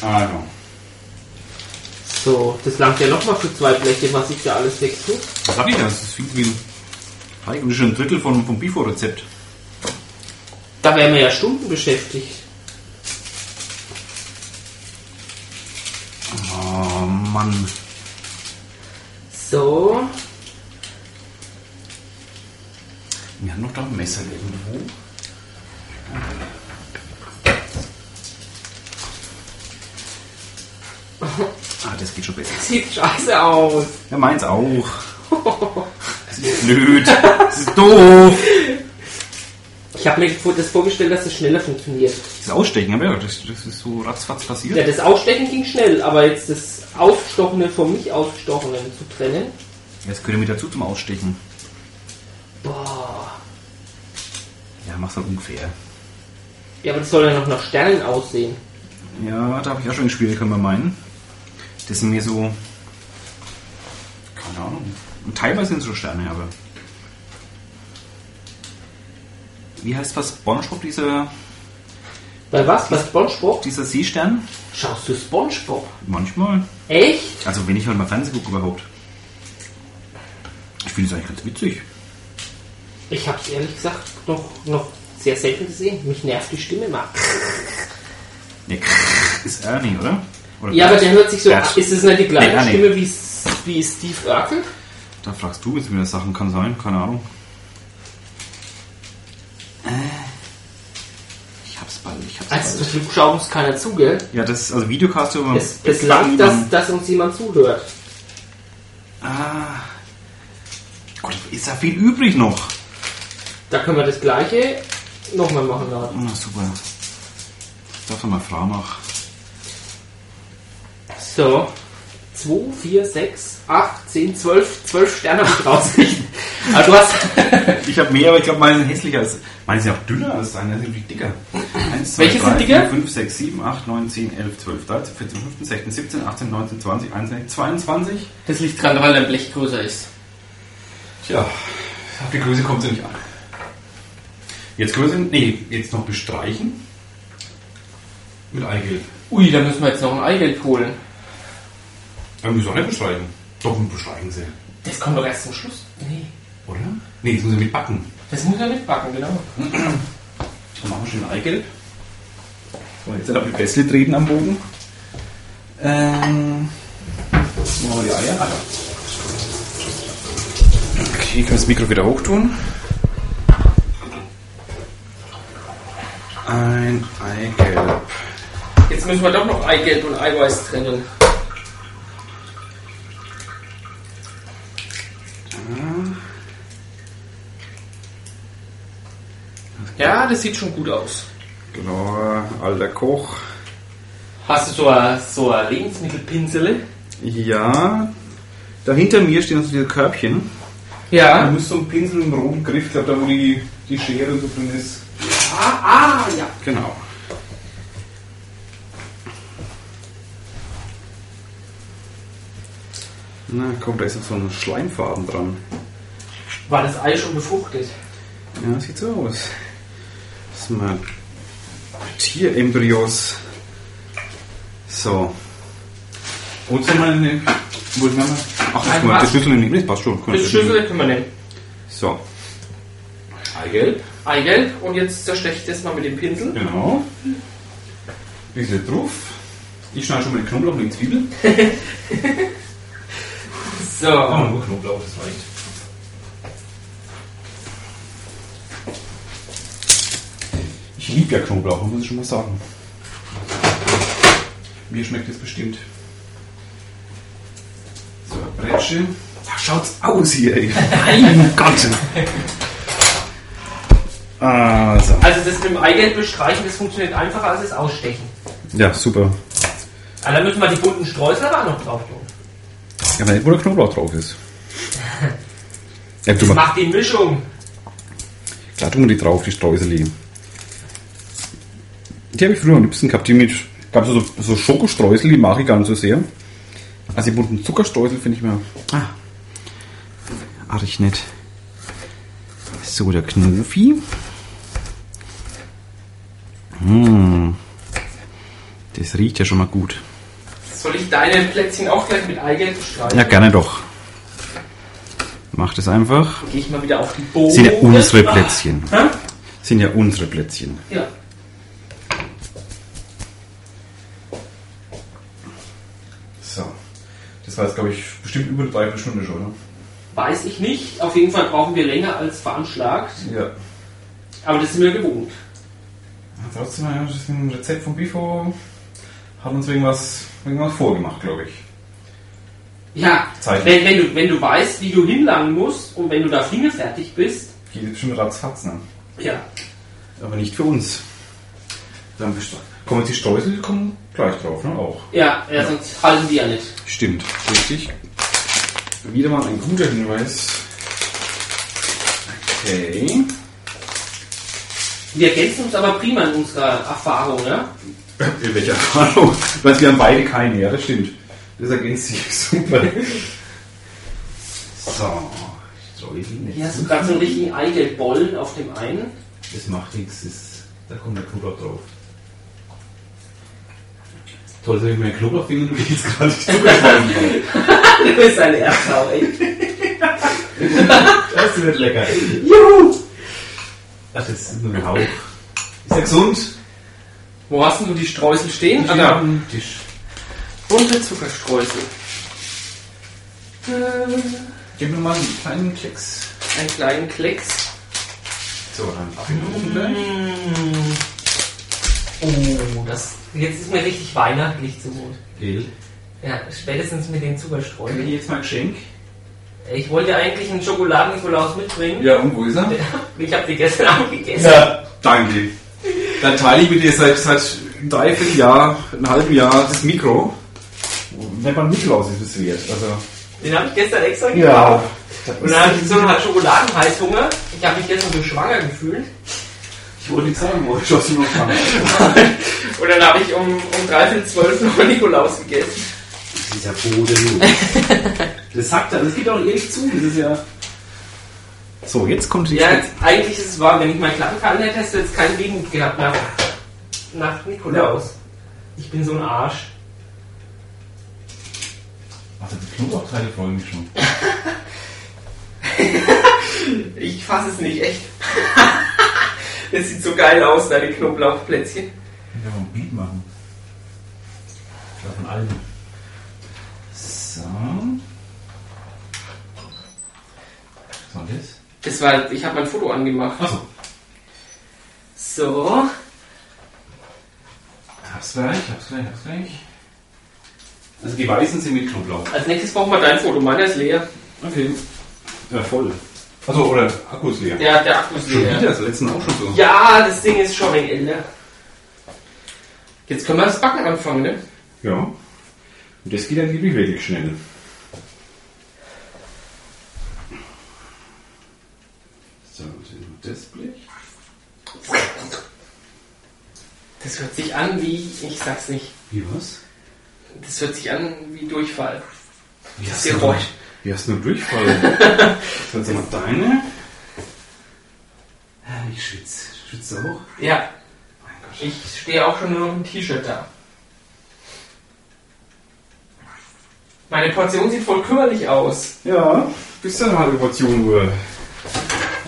Speaker 2: Ah, ja.
Speaker 1: So, das langt ja nochmal für zwei Bleche, was ich da alles wegtue.
Speaker 2: Was hab ich das? Das klingt wie ein Teig und ist schon ein Drittel von, vom Bifo-Rezept.
Speaker 1: Da wären wir ja Stunden beschäftigt.
Speaker 2: Oh Mann.
Speaker 1: So,
Speaker 2: Wir haben noch da ein Messer irgendwo. Ah, das geht schon besser.
Speaker 1: sieht scheiße aus.
Speaker 2: Ja, meins auch. Das ist blöd. Das ist doof.
Speaker 1: Ich Ich habe mir vor- das vorgestellt, dass es schneller funktioniert.
Speaker 2: Das Ausstechen, aber ja, das, das ist so ratzfatz passiert.
Speaker 1: Ja, das Ausstechen ging schnell, aber jetzt das Aufgestochene vom nicht Aufgestochenen zu trennen,
Speaker 2: Jetzt gehört mit dazu zum Ausstechen.
Speaker 1: boah.
Speaker 2: Ja, mach's dann ungefähr.
Speaker 1: Ja, aber das soll ja noch nach Sternen aussehen.
Speaker 2: Ja, da habe ich auch schon gespielt, kann man meinen. Das sind mir so. Keine Ahnung. Und teilweise sind es so Sterne, aber. Wie heißt was? Bonspruch, dieser,
Speaker 1: Bei was? Bei Spongebob?
Speaker 2: dieser Seestern?
Speaker 1: Schaust du Spongebob?
Speaker 2: Manchmal.
Speaker 1: Echt?
Speaker 2: Also, wenn ich halt mal Fernsehen gucke, überhaupt. Ich finde es eigentlich ganz witzig.
Speaker 1: Ich habe es ehrlich gesagt noch, noch sehr selten gesehen. Mich nervt die Stimme immer.
Speaker 2: Nee, ist Ernie, oder? oder
Speaker 1: Ja, aber der hört sich so
Speaker 2: Ja.
Speaker 1: an. Ist es nicht die gleiche
Speaker 2: Nee, nee.
Speaker 1: Stimme wie, S- wie Steve Urkel?
Speaker 2: Da fragst du jetzt wieder Sachen, kann sein, keine Ahnung. Äh, Ich hab's bald, ich hab's
Speaker 1: Also
Speaker 2: bald.
Speaker 1: zum Glück schaut uns keiner zu, gell?
Speaker 2: Ja, das ist, also Videocast über
Speaker 1: Es, es langt, dass, dass uns jemand zuhört.
Speaker 2: Ah. Gott, ist da viel übrig noch.
Speaker 1: Da können wir das gleiche nochmal machen. Laden.
Speaker 2: Na Ah, super. Ich darf doch mal Frau nach.
Speaker 1: So. 2, 4, 6, 8, 10, 12. 12 Sterne habe ich rausgekriegt. Also du hast...
Speaker 2: Ich habe mehr, aber ich glaube, meine sind hässlicher als. Meine sind auch dünner als deine, meine sind viel dicker. 1,
Speaker 1: Welche sind dicker?
Speaker 2: 5, 6, 7, 8, 9, 10, 11, 12, 13, 14, 15, 16, 17, 18, 19, 20, 21, 22.
Speaker 5: Das liegt dran, weil dein Blech größer ist.
Speaker 2: Tja, auf die Größe kommt sie nicht an. Jetzt können wir sie, nee, jetzt noch bestreichen. Mit Eigelb.
Speaker 5: Ui, da müssen wir jetzt noch ein Eigelb holen.
Speaker 2: Wir müssen auch nicht bestreichen. Doch, wir bestreichen sie.
Speaker 5: Das kommt doch erst zum Schluss. Nee.
Speaker 2: Oder? Nee, jetzt müssen sie mit backen.
Speaker 5: Das muss er mitbacken, genau.
Speaker 2: Dann machen wir schön Eigelb. So, jetzt habe ich Bessel treten am Bogen. Ähm, jetzt machen wir die Eier. Ah, ja. Okay, ich kann das Mikro wieder hochtun. Ein Eigelb.
Speaker 5: Jetzt müssen wir doch noch Eigelb und Eiweiß trennen. Ja, das sieht schon gut aus.
Speaker 2: Genau, alter Koch.
Speaker 5: Hast du so ein, so ein Lebensmittelpinsel?
Speaker 2: Ja, dahinter mir stehen so diese Körbchen. Da
Speaker 5: Ja.
Speaker 2: muss so ein Pinsel im roten Griff, ich glaube, da wo die, die Schere so drin ist.
Speaker 5: Ah, ah, ja.
Speaker 2: Genau. Na komm, da ist noch so ein Schleimfaden dran.
Speaker 5: War das Ei schon befruchtet?
Speaker 2: Ja, sieht so aus. Das sind mal Tierembryos. So. Und so mal eine. Wo ist meine- Ach, das,
Speaker 5: Ein
Speaker 2: können wir- das
Speaker 5: was?
Speaker 2: Schlüssel nehmen. Nee, das passt schon. Können wir
Speaker 5: Das Schüssel können wir nehmen.
Speaker 2: So. Eigelb.
Speaker 5: Eigelb und jetzt zersteche ich das mal mit dem Pinsel.
Speaker 2: Genau. Bisschen drauf. Ich schneide schon mal den Knoblauch und die Zwiebel.
Speaker 5: So.
Speaker 2: nur Knoblauch, das reicht. Ich liebe ja Knoblauch, muss ich schon mal sagen. Mir schmeckt es bestimmt. So, Bretsche. Da schaut's aus hier, ey. Mein Gott. Also.
Speaker 1: Also das mit dem Eigelb bestreichen, das funktioniert einfacher als das Ausstechen.
Speaker 2: Ja, super.
Speaker 1: Ah, da müssen wir die bunten Streusel aber auch noch drauf tun.
Speaker 2: Ja, wenn nicht, wo der Knoblauch drauf ist. Ja, du mal,
Speaker 1: Mach die Mischung.
Speaker 2: klar tun wir die drauf, die Streuseli. Die habe ich früher am liebsten gehabt. Die mit, gab es so, so Schokostreusel, die mag ich gar nicht so sehr. Also die bunten Zuckerstreusel finde ich mir. Ah. Ach, ich nicht. So, der Knofi. Hm. Hm. Das riecht ja schon mal gut.
Speaker 5: Soll ich deine Plätzchen auch gleich mit Eigelb bestreichen?
Speaker 2: Ja, gerne doch. Mach das einfach.
Speaker 5: Gehe ich mal wieder auf die Bohne.
Speaker 2: Sind ja unsere Plätzchen.
Speaker 5: Hä?
Speaker 2: Sind ja unsere Plätzchen.
Speaker 5: Ja.
Speaker 2: So. Das war jetzt, glaube ich, bestimmt über eine Dreiviertelstunde schon,
Speaker 1: Weiß ich nicht. Auf jeden Fall brauchen wir länger als veranschlagt.
Speaker 2: oder? Ja.
Speaker 1: Aber das sind wir gewohnt.
Speaker 2: Trotzdem, ja, das ist ein Rezept von Bifo. Hat uns irgendwas, irgendwas vorgemacht, glaube ich.
Speaker 1: Ja,
Speaker 2: Zeichen.
Speaker 1: wenn, wenn, du, wenn du weißt, wie du hinlangen musst und wenn du da fingerfertig bist,
Speaker 2: Geht jetzt bestimmt ratzfatz, ne?
Speaker 1: ja.
Speaker 2: Aber nicht für uns. Dann bist du.
Speaker 6: Kommen die Streusel, die kommen gleich drauf, ne? Auch.
Speaker 7: Ja, ja, sonst halten die ja nicht.
Speaker 2: Stimmt, richtig. Wieder mal ein guter Hinweis. Okay.
Speaker 7: Wir ergänzen uns aber prima in unserer Erfahrung, ne?
Speaker 2: In welcher Erfahrung? Weil wir haben beide keine, ja, das stimmt. Das ergänzt sich super. So. Streusel nicht.
Speaker 7: Hier hast du gerade so einen richtigen Eigelbollen auf dem einen.
Speaker 8: Das macht nichts, das- da kommt der Knoblauch drauf. Toll, dass ich mir einen Knoblauch finde und ich jetzt gerade zugefallen bin.
Speaker 7: Du bist ein Erzau, ey.
Speaker 8: Das wird lecker.
Speaker 7: Juhu!
Speaker 8: Ach, das ist nur ein Hauch. Ist er gesund?
Speaker 1: Wo hast denn du die Streusel stehen?
Speaker 8: Ja,
Speaker 1: Ah, da.
Speaker 8: am Tisch.
Speaker 1: Bunte Zuckerstreusel.
Speaker 8: Gib mir mal einen kleinen Klecks.
Speaker 1: Einen kleinen Klecks.
Speaker 8: So, dann ab in den Ofen gleich.
Speaker 1: Mm.
Speaker 7: Oh, das, jetzt ist mir richtig weihnachtlich zumut.
Speaker 8: Gel.
Speaker 7: Ja, spätestens mit den
Speaker 8: Wollen wir
Speaker 7: Zuckerstreuseln.
Speaker 8: hier jetzt mal ein Geschenk?
Speaker 7: Ich wollte ja eigentlich einen Schokoladen-Nikolaus mitbringen.
Speaker 8: Ja, und wo ist er?
Speaker 7: Ich habe die gestern Abend gegessen.
Speaker 8: Ja.
Speaker 2: Danke. Dann teile ich mit dir seit, seit einem Dreivierteljahr, einem halben Jahr das Mikro. Wenn man Nikolaus ist, es wert. Also,
Speaker 7: Den habe ich gestern extra gekauft.
Speaker 2: ja.
Speaker 7: Und dann hatte ich so einen Schokoladenheißhunger. Ich habe mich gestern so schwanger gefühlt.
Speaker 8: Ich wollte nichts sagen, wo ich schon noch kann.
Speaker 1: Und dann habe ich um, um dreiviertel zwölf noch Nikolaus gegessen.
Speaker 8: Dieser Boden. Das sagt er, das geht auch ehrlich zu. Das ist ja.
Speaker 2: So, jetzt kommt die.
Speaker 7: Ja, eigentlich ist es wahr, wenn ich meinen Klassenkalender teste, jetzt keinen Wehmut gehabt nach, nach Nikolaus. Ich bin so ein Arsch.
Speaker 8: Ach, die Knoblauchteile freuen mich schon.
Speaker 1: Ich fasse es nicht, echt. das sieht so geil aus, deine Knoblauchplätzchen.
Speaker 8: Ich kann mal ein Beat machen. Ich glaube, von allen. So. Was war das?
Speaker 1: Das war, ich habe mein Foto angemacht.
Speaker 8: Achso.
Speaker 1: So.
Speaker 8: Hab's gleich, hab's gleich, hab's gleich. Also die weißen sind mit Knoblauch.
Speaker 1: Als nächstes brauchen wir dein Foto. Meiner ist leer.
Speaker 2: Okay. Ja, voll.
Speaker 8: Achso, Also, oder Akku ist leer. also
Speaker 1: Der, der Akku ist
Speaker 2: Schon
Speaker 1: leer.
Speaker 2: wieder, das letzten auch schon so.
Speaker 1: Ja, das Ding ist schon ein Ende. Jetzt können wir das Backen anfangen, ne?
Speaker 6: Ja. Und das geht angeblich wirklich schnell.
Speaker 8: So, dann das Blech.
Speaker 1: Das hört sich an wie, ich sag's nicht,
Speaker 8: Wie was?
Speaker 1: das hört sich an wie Durchfall.
Speaker 8: Wie
Speaker 1: Das
Speaker 8: hast
Speaker 1: Geräusch.
Speaker 6: Hier hast du einen Durchfall.
Speaker 8: du das? mal deine. Ah, Ich schwitze. Schwitzt du auch?
Speaker 1: Ja,
Speaker 8: Mein Gott.
Speaker 1: ich stehe auch schon nur noch im T-Shirt da. Meine Portion sieht voll kümmerlich aus.
Speaker 6: ja, bis dann halbe Portion Uhr.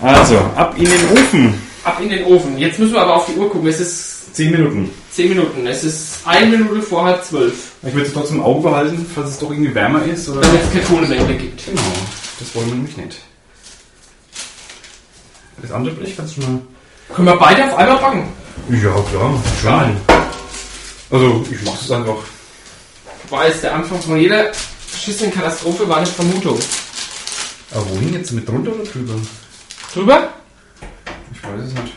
Speaker 6: Also, ab in den Ofen.
Speaker 1: Ab in den Ofen. Jetzt müssen wir aber auf die Uhr gucken. Es ist
Speaker 6: Zehn Minuten.
Speaker 1: 10 Minuten. Es ist 1 Minute vor halb 12.
Speaker 2: Ich würde es trotzdem im Auge behalten, falls es doch irgendwie wärmer ist. Oder?
Speaker 1: Damit es keine Kohlemenge gibt.
Speaker 2: Genau, das wollen wir nämlich nicht. Das andere Blech kannst du mal.
Speaker 1: Können wir beide auf einmal backen?
Speaker 2: Ja, klar, schon. Also, ich mach das einfach.
Speaker 1: Weiß, der Anfang von jeder beschissenen Katastrophe war eine Vermutung.
Speaker 2: Aber wohin jetzt? Mit drunter oder drüber?
Speaker 1: Drüber?
Speaker 2: Ich weiß es nicht.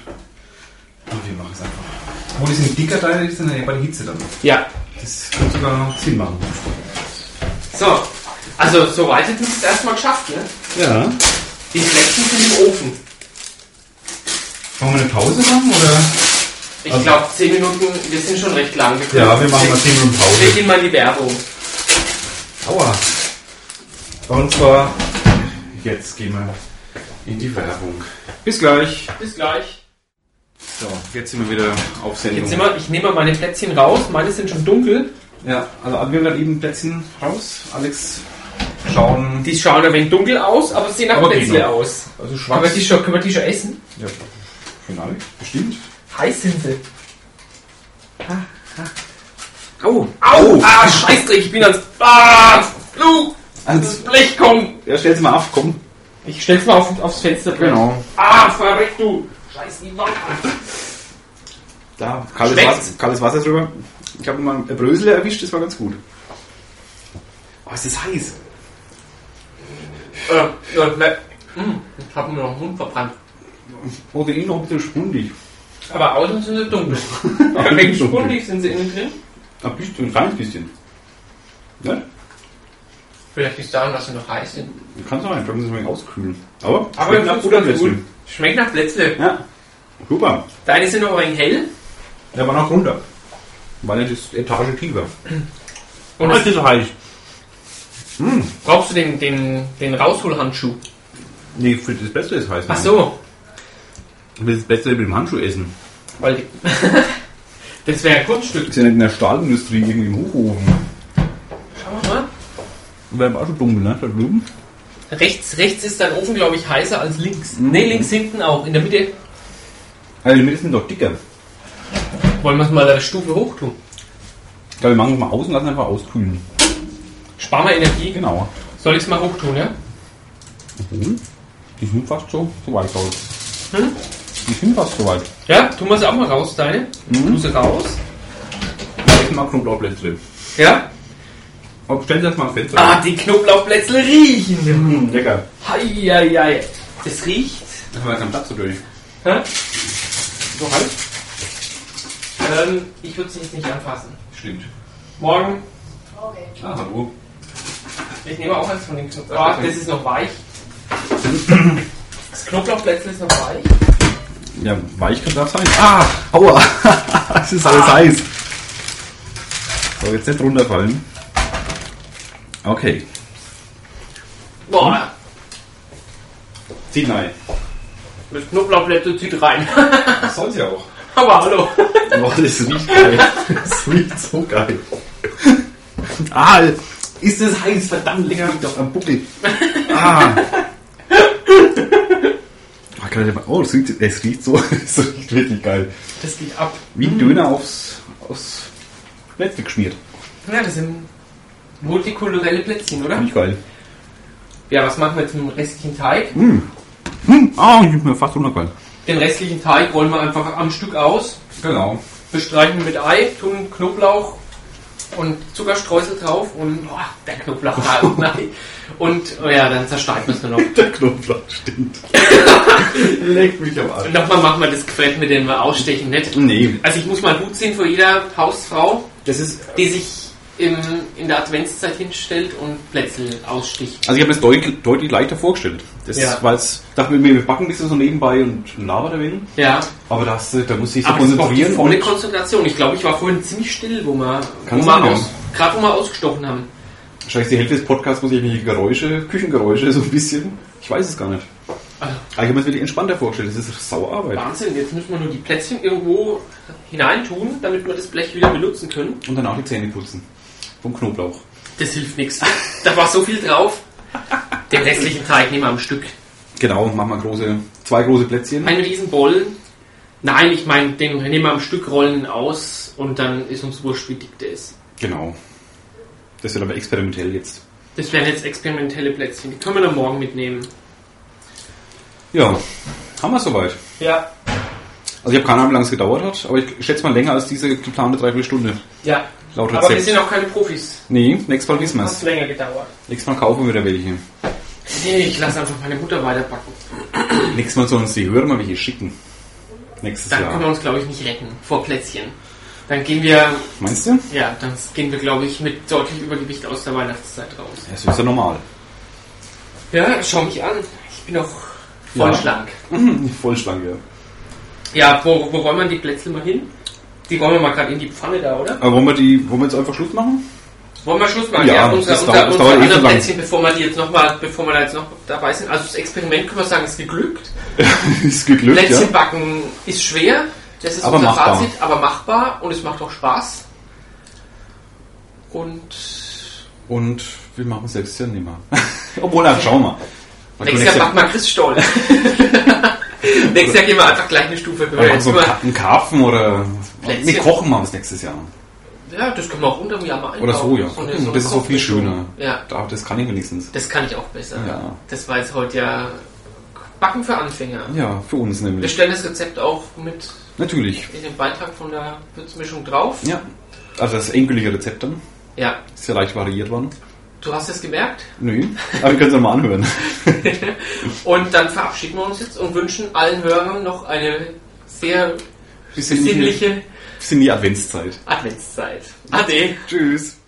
Speaker 2: Aber wir machen es einfach. Wo die sind dicker Teile, die sind ja bei der Hitze dann.
Speaker 1: Ja.
Speaker 2: Das könnte sogar Sinn machen.
Speaker 1: So. Also, soweit hätten wir es erstmal geschafft, ne?
Speaker 6: Ja.
Speaker 1: Die Flecken sind im Ofen.
Speaker 2: Wollen wir eine Pause machen oder?
Speaker 1: Ich glaube, 10 Minuten, wir sind schon recht lang. Also- Wir können-
Speaker 2: zehn Minuten
Speaker 1: Wir gehen mal in die Werbung.
Speaker 2: Aua. Und zwar, jetzt gehen wir in die Werbung. Bis gleich.
Speaker 1: Bis gleich.
Speaker 2: So, jetzt sind wir wieder auf Sendung.
Speaker 1: Jetzt sind wir, ich nehme mal meine Plätzchen raus. Meine sind schon dunkel.
Speaker 2: Ja, also wir haben gerade eben Plätzchen raus. Alex schauen.
Speaker 1: Die schauen ein wenig dunkel aus, aber genau. sie sehen nach
Speaker 2: Aber geht
Speaker 1: Plätzle
Speaker 2: noch.
Speaker 1: aus.
Speaker 2: Also
Speaker 1: Können wir,
Speaker 2: schwarz.
Speaker 1: die schon, können wir die schon essen?
Speaker 2: Ja, von Alex, bestimmt.
Speaker 1: Heiß sind sie. Au, au,
Speaker 2: Au.
Speaker 1: ah, Scheißdreck, ich bin ans, ah, Flug, das
Speaker 2: Also,
Speaker 1: Blech kommt.
Speaker 2: ja, stell's mal auf, komm.
Speaker 1: Ich stell's mal auf, aufs Fenster.
Speaker 2: Genau.
Speaker 1: Ah, fahr weg, du! Scheiß die Wand an.
Speaker 2: Da, kaltes
Speaker 1: Schmeckt's?
Speaker 2: Wasser, kaltes Wasser drüber. Ich habe mal einen Brösel erwischt, das war ganz gut. Oh, es ist heiß.
Speaker 1: Äh, ja, ne. Hm, ich hab mir noch einen Mund verbrannt.
Speaker 2: eh Oh, der Inhalt ist spundig.
Speaker 1: Aber außen sind sie dunkel.
Speaker 4: Ab
Speaker 1: Perfekt
Speaker 4: dunkel.
Speaker 1: spundig sind sie innen drin.
Speaker 4: Ein bisschen, ein kleines bisschen. Ne?
Speaker 1: Vielleicht liegt es daran, dass sie noch heiß sind.
Speaker 4: Du kannst auch einfach ein bisschen auskühlen. Aber,
Speaker 1: Aber
Speaker 4: schmeckt
Speaker 1: das
Speaker 4: nach
Speaker 1: ist
Speaker 4: guter
Speaker 1: ganz
Speaker 4: Plätzchen.
Speaker 1: gut. Schmeckt nach Plätzle.
Speaker 4: Ja. Super.
Speaker 1: Deine sind noch ein hell.
Speaker 4: Der war noch runter. Weil das ist Etage tiefer.
Speaker 1: Und es,
Speaker 4: ist heiß.
Speaker 1: brauchst du den, den, den Rausholhandschuh?
Speaker 4: Nee, für das Beste ist heiß.
Speaker 1: Ach so,
Speaker 4: Ich will das Beste mit dem Handschuh essen.
Speaker 1: weil die, das wäre ein Kunststück.
Speaker 2: Ist ja nicht in der Stahlindustrie irgendwie im Hochofen.
Speaker 1: Schauen wir mal.
Speaker 2: Wäre aber auch schon dunkel, ne? Da drüben.
Speaker 1: Rechts, rechts ist dein Ofen, glaube ich, heißer als links. Ne, links hinten auch. In der Mitte
Speaker 2: Also die Mitte sind doch dicker.
Speaker 1: wollen wir es mal eine Stufe hoch tun.
Speaker 2: Ich glaube, wir machen es mal aus und lassen einfach auskühlen.
Speaker 1: Sparen wir Energie.
Speaker 2: Genau.
Speaker 1: Soll ich es mal hoch tun, ja?
Speaker 2: Die sind fast so, so weit raus.
Speaker 1: Hm?
Speaker 2: Die sind fast so weit.
Speaker 1: Ja, tun wir es auch mal raus, deine. Tu sie raus.
Speaker 2: Da ist mal Knoblauchplätzle.
Speaker 1: Ja.
Speaker 2: Aber stellen Sie das mal ans Fenster.
Speaker 1: Ah, die Knoblauchplätzle riechen.
Speaker 2: Mmh, lecker.
Speaker 1: Heieiei. Das riecht.
Speaker 2: Da haben wir keinen Platz dadurch.
Speaker 1: Hä?
Speaker 2: So heiß?
Speaker 1: Ähm, ich würde sie jetzt nicht anfassen.
Speaker 2: Stimmt.
Speaker 1: Morgen,
Speaker 2: Ah, hallo.
Speaker 1: ich nehme auch eins von den Knoblauch. Oh, das ist noch weich. Das Knoblauchplätzle ist noch weich.
Speaker 2: Ja, weich kann das sein. Ah, aua. es ist alles heiß. So, jetzt nicht runterfallen. Okay.
Speaker 1: Boah,
Speaker 4: Zieht nein.
Speaker 1: das Knoblauchplätzle zieht rein.
Speaker 4: Das soll ja auch.
Speaker 1: Aber hallo.
Speaker 2: Boah, Oh, das riecht geil. Das riecht so geil. Ah, ist das heiß, verdammt, leck mich doch am Buckel. Ah. Oh, gerade mal- oh, es riecht, es riecht so, es riecht wirklich geil.
Speaker 1: Das geht ab.
Speaker 2: Wie ein Döner aufs, aufs Plätzle geschmiert.
Speaker 1: Ja, das sind multikulturelle Plätzchen, oder?
Speaker 2: Finde ich geil.
Speaker 1: Ja, was machen wir jetzt mit dem restlichen Teig?
Speaker 2: Hm, ah, ich bin mir fast runtergefallen.
Speaker 1: Den restlichen Teig rollen wir einfach am Stück aus,
Speaker 2: Genau.
Speaker 1: bestreichen mit Ei, tun Knoblauch und Zuckerstreusel drauf und boah, der Knoblauch da und nein. Und oh ja, dann zerschneiden wir es nur noch.
Speaker 2: Der Knoblauch stimmt. Leck mich am Arsch.
Speaker 1: Und nochmal machen wir das Quett, mit dem wir ausstechen, nicht?
Speaker 2: Nee,
Speaker 1: Also ich muss mal gut sehen vor jeder Hausfrau,
Speaker 2: das ist.
Speaker 1: die sich im, in der Adventszeit hinstellt und Plätzl aussticht.
Speaker 2: Also ich habe mir das deutlich, deutlich leichter vorgestellt. Das
Speaker 1: Ja.
Speaker 2: weil es dachte mir, wir backen ein bisschen so nebenbei und labern ein wenig.
Speaker 1: Ja,
Speaker 2: Aber das, äh, da muss ich so
Speaker 1: Aber es braucht die
Speaker 2: konzentrieren.
Speaker 1: volle
Speaker 2: Und
Speaker 1: Konzentration. Ich glaube, ich war vorhin ziemlich still, wo wir, wo
Speaker 2: Kann sein,
Speaker 1: wir
Speaker 2: ja.
Speaker 1: aus, gerade wo wir ausgestochen haben.
Speaker 2: wahrscheinlich die Hälfte des Podcasts muss ich irgendwelche Geräusche, Küchengeräusche so ein bisschen. Ich weiß es gar nicht.
Speaker 1: Also.
Speaker 2: Aber ich habe mir das wirklich entspannter vorgestellt. Das ist Sauerarbeit.
Speaker 1: Wahnsinn, jetzt müssen wir nur die Plätzchen irgendwo hineintun, damit wir das Blech wieder benutzen können.
Speaker 2: Und danach die Zähne putzen. Vom Knoblauch.
Speaker 1: Das hilft nichts. Da war so viel drauf. Den restlichen Teig nehmen wir am Stück.
Speaker 2: Genau, machen wir große, zwei große Plätzchen.
Speaker 1: Ein Riesenbollen. Nein, ich meine, den nehmen wir am Stück, rollen ihn aus und dann ist uns wurscht, wie dick der ist.
Speaker 2: Genau. Das wird aber experimentell jetzt.
Speaker 1: Das wären jetzt experimentelle Plätzchen. Die können wir dann morgen mitnehmen.
Speaker 2: Ja, haben wir es soweit.
Speaker 1: Ja.
Speaker 2: Also ich habe keine Ahnung, wie lange es gedauert hat, aber ich schätze mal länger als diese geplante Dreiviertelstunde.
Speaker 1: Ja.
Speaker 2: Laut
Speaker 1: Aber wir
Speaker 2: Rezept.
Speaker 1: sind auch keine Profis.
Speaker 2: Nee, nächstes Mal wissen wir
Speaker 1: Hat
Speaker 2: es.
Speaker 1: länger gedauert.
Speaker 2: Nächstes Mal kaufen wir wieder welche.
Speaker 1: Nee, ich lasse einfach meine Mutter weiterbacken.
Speaker 2: Nächstes Mal sollen uns die Hörer mal welche schicken. Nächstes
Speaker 1: Dann können wir
Speaker 2: Jahr.
Speaker 1: uns, glaube ich, nicht retten vor Plätzchen. Dann gehen wir,
Speaker 2: Meinst du?
Speaker 1: ja, dann gehen wir, glaube ich, mit deutlich Übergewicht aus der Weihnachtszeit raus.
Speaker 2: Das ist ja normal.
Speaker 1: Ja, schau mich an. Ich bin noch voll
Speaker 2: Ja.
Speaker 1: schlank.
Speaker 2: Vollschlange.
Speaker 1: Ja, wo, wo rollen wir die Plätzchen mal hin? Die rollen wir mal gerade in die Pfanne da, oder?
Speaker 2: Aber wollen wir, die, wollen wir jetzt einfach Schluss machen?
Speaker 1: Wollen wir Schluss machen?
Speaker 2: Ja, das dauert- das dauert eh
Speaker 1: andere
Speaker 2: zu lang.
Speaker 1: Plätzchen, bevor wir die jetzt nochmal, bevor wir da jetzt noch dabei sind. Also das Experiment können wir sagen, ist geglückt.
Speaker 2: ist geglückt,
Speaker 1: Plätzchen
Speaker 2: ja.
Speaker 1: backen ist schwer. Das ist
Speaker 2: Aber
Speaker 1: unser
Speaker 2: machbar.
Speaker 1: Fazit, aber machbar und es macht auch Spaß. Und
Speaker 2: Und wir machen es selbst ja nicht mehr. Obwohl, dann schauen wir. Man kann
Speaker 1: Nächstes Jahr macht mal Chris Stoll. Nächstes Jahr gehen wir einfach gleich eine Stufe höher.
Speaker 2: Oder
Speaker 1: Jetzt
Speaker 2: so
Speaker 1: mal-
Speaker 2: einen Karpfen oder.
Speaker 1: Plätzchen.
Speaker 2: Nee, kochen machen wir es nächstes Jahr.
Speaker 1: Ja, das können wir auch unterm Jahr mal einbauen.
Speaker 2: Oder so, ja.
Speaker 1: eine-
Speaker 2: Gucken,
Speaker 1: eine
Speaker 2: das ist so viel schöner.
Speaker 1: Kochmischung. Ja,
Speaker 2: Da- Das kann ich wenigstens.
Speaker 1: das kann ich auch besser.
Speaker 2: Ja.
Speaker 1: Das war jetzt heute ja Backen für Anfänger.
Speaker 2: Ja, für uns
Speaker 1: Wir
Speaker 2: nämlich.
Speaker 1: stellen das Rezept auch mit
Speaker 2: Natürlich.
Speaker 1: in dem Beitrag von der Würzmischung drauf.
Speaker 2: Ja. Also das endgültige Rezept dann.
Speaker 1: Ja.
Speaker 2: Ist ja leicht variiert worden.
Speaker 1: Du hast es gemerkt.
Speaker 2: Nö. Aber wir können es nochmal anhören.
Speaker 1: Und dann verabschieden wir uns jetzt und wünschen allen Hörern noch eine sehr Bis in die,
Speaker 2: besinnliche
Speaker 1: bis in die Adventszeit.
Speaker 2: Adventszeit. Ade.
Speaker 1: Tschüss.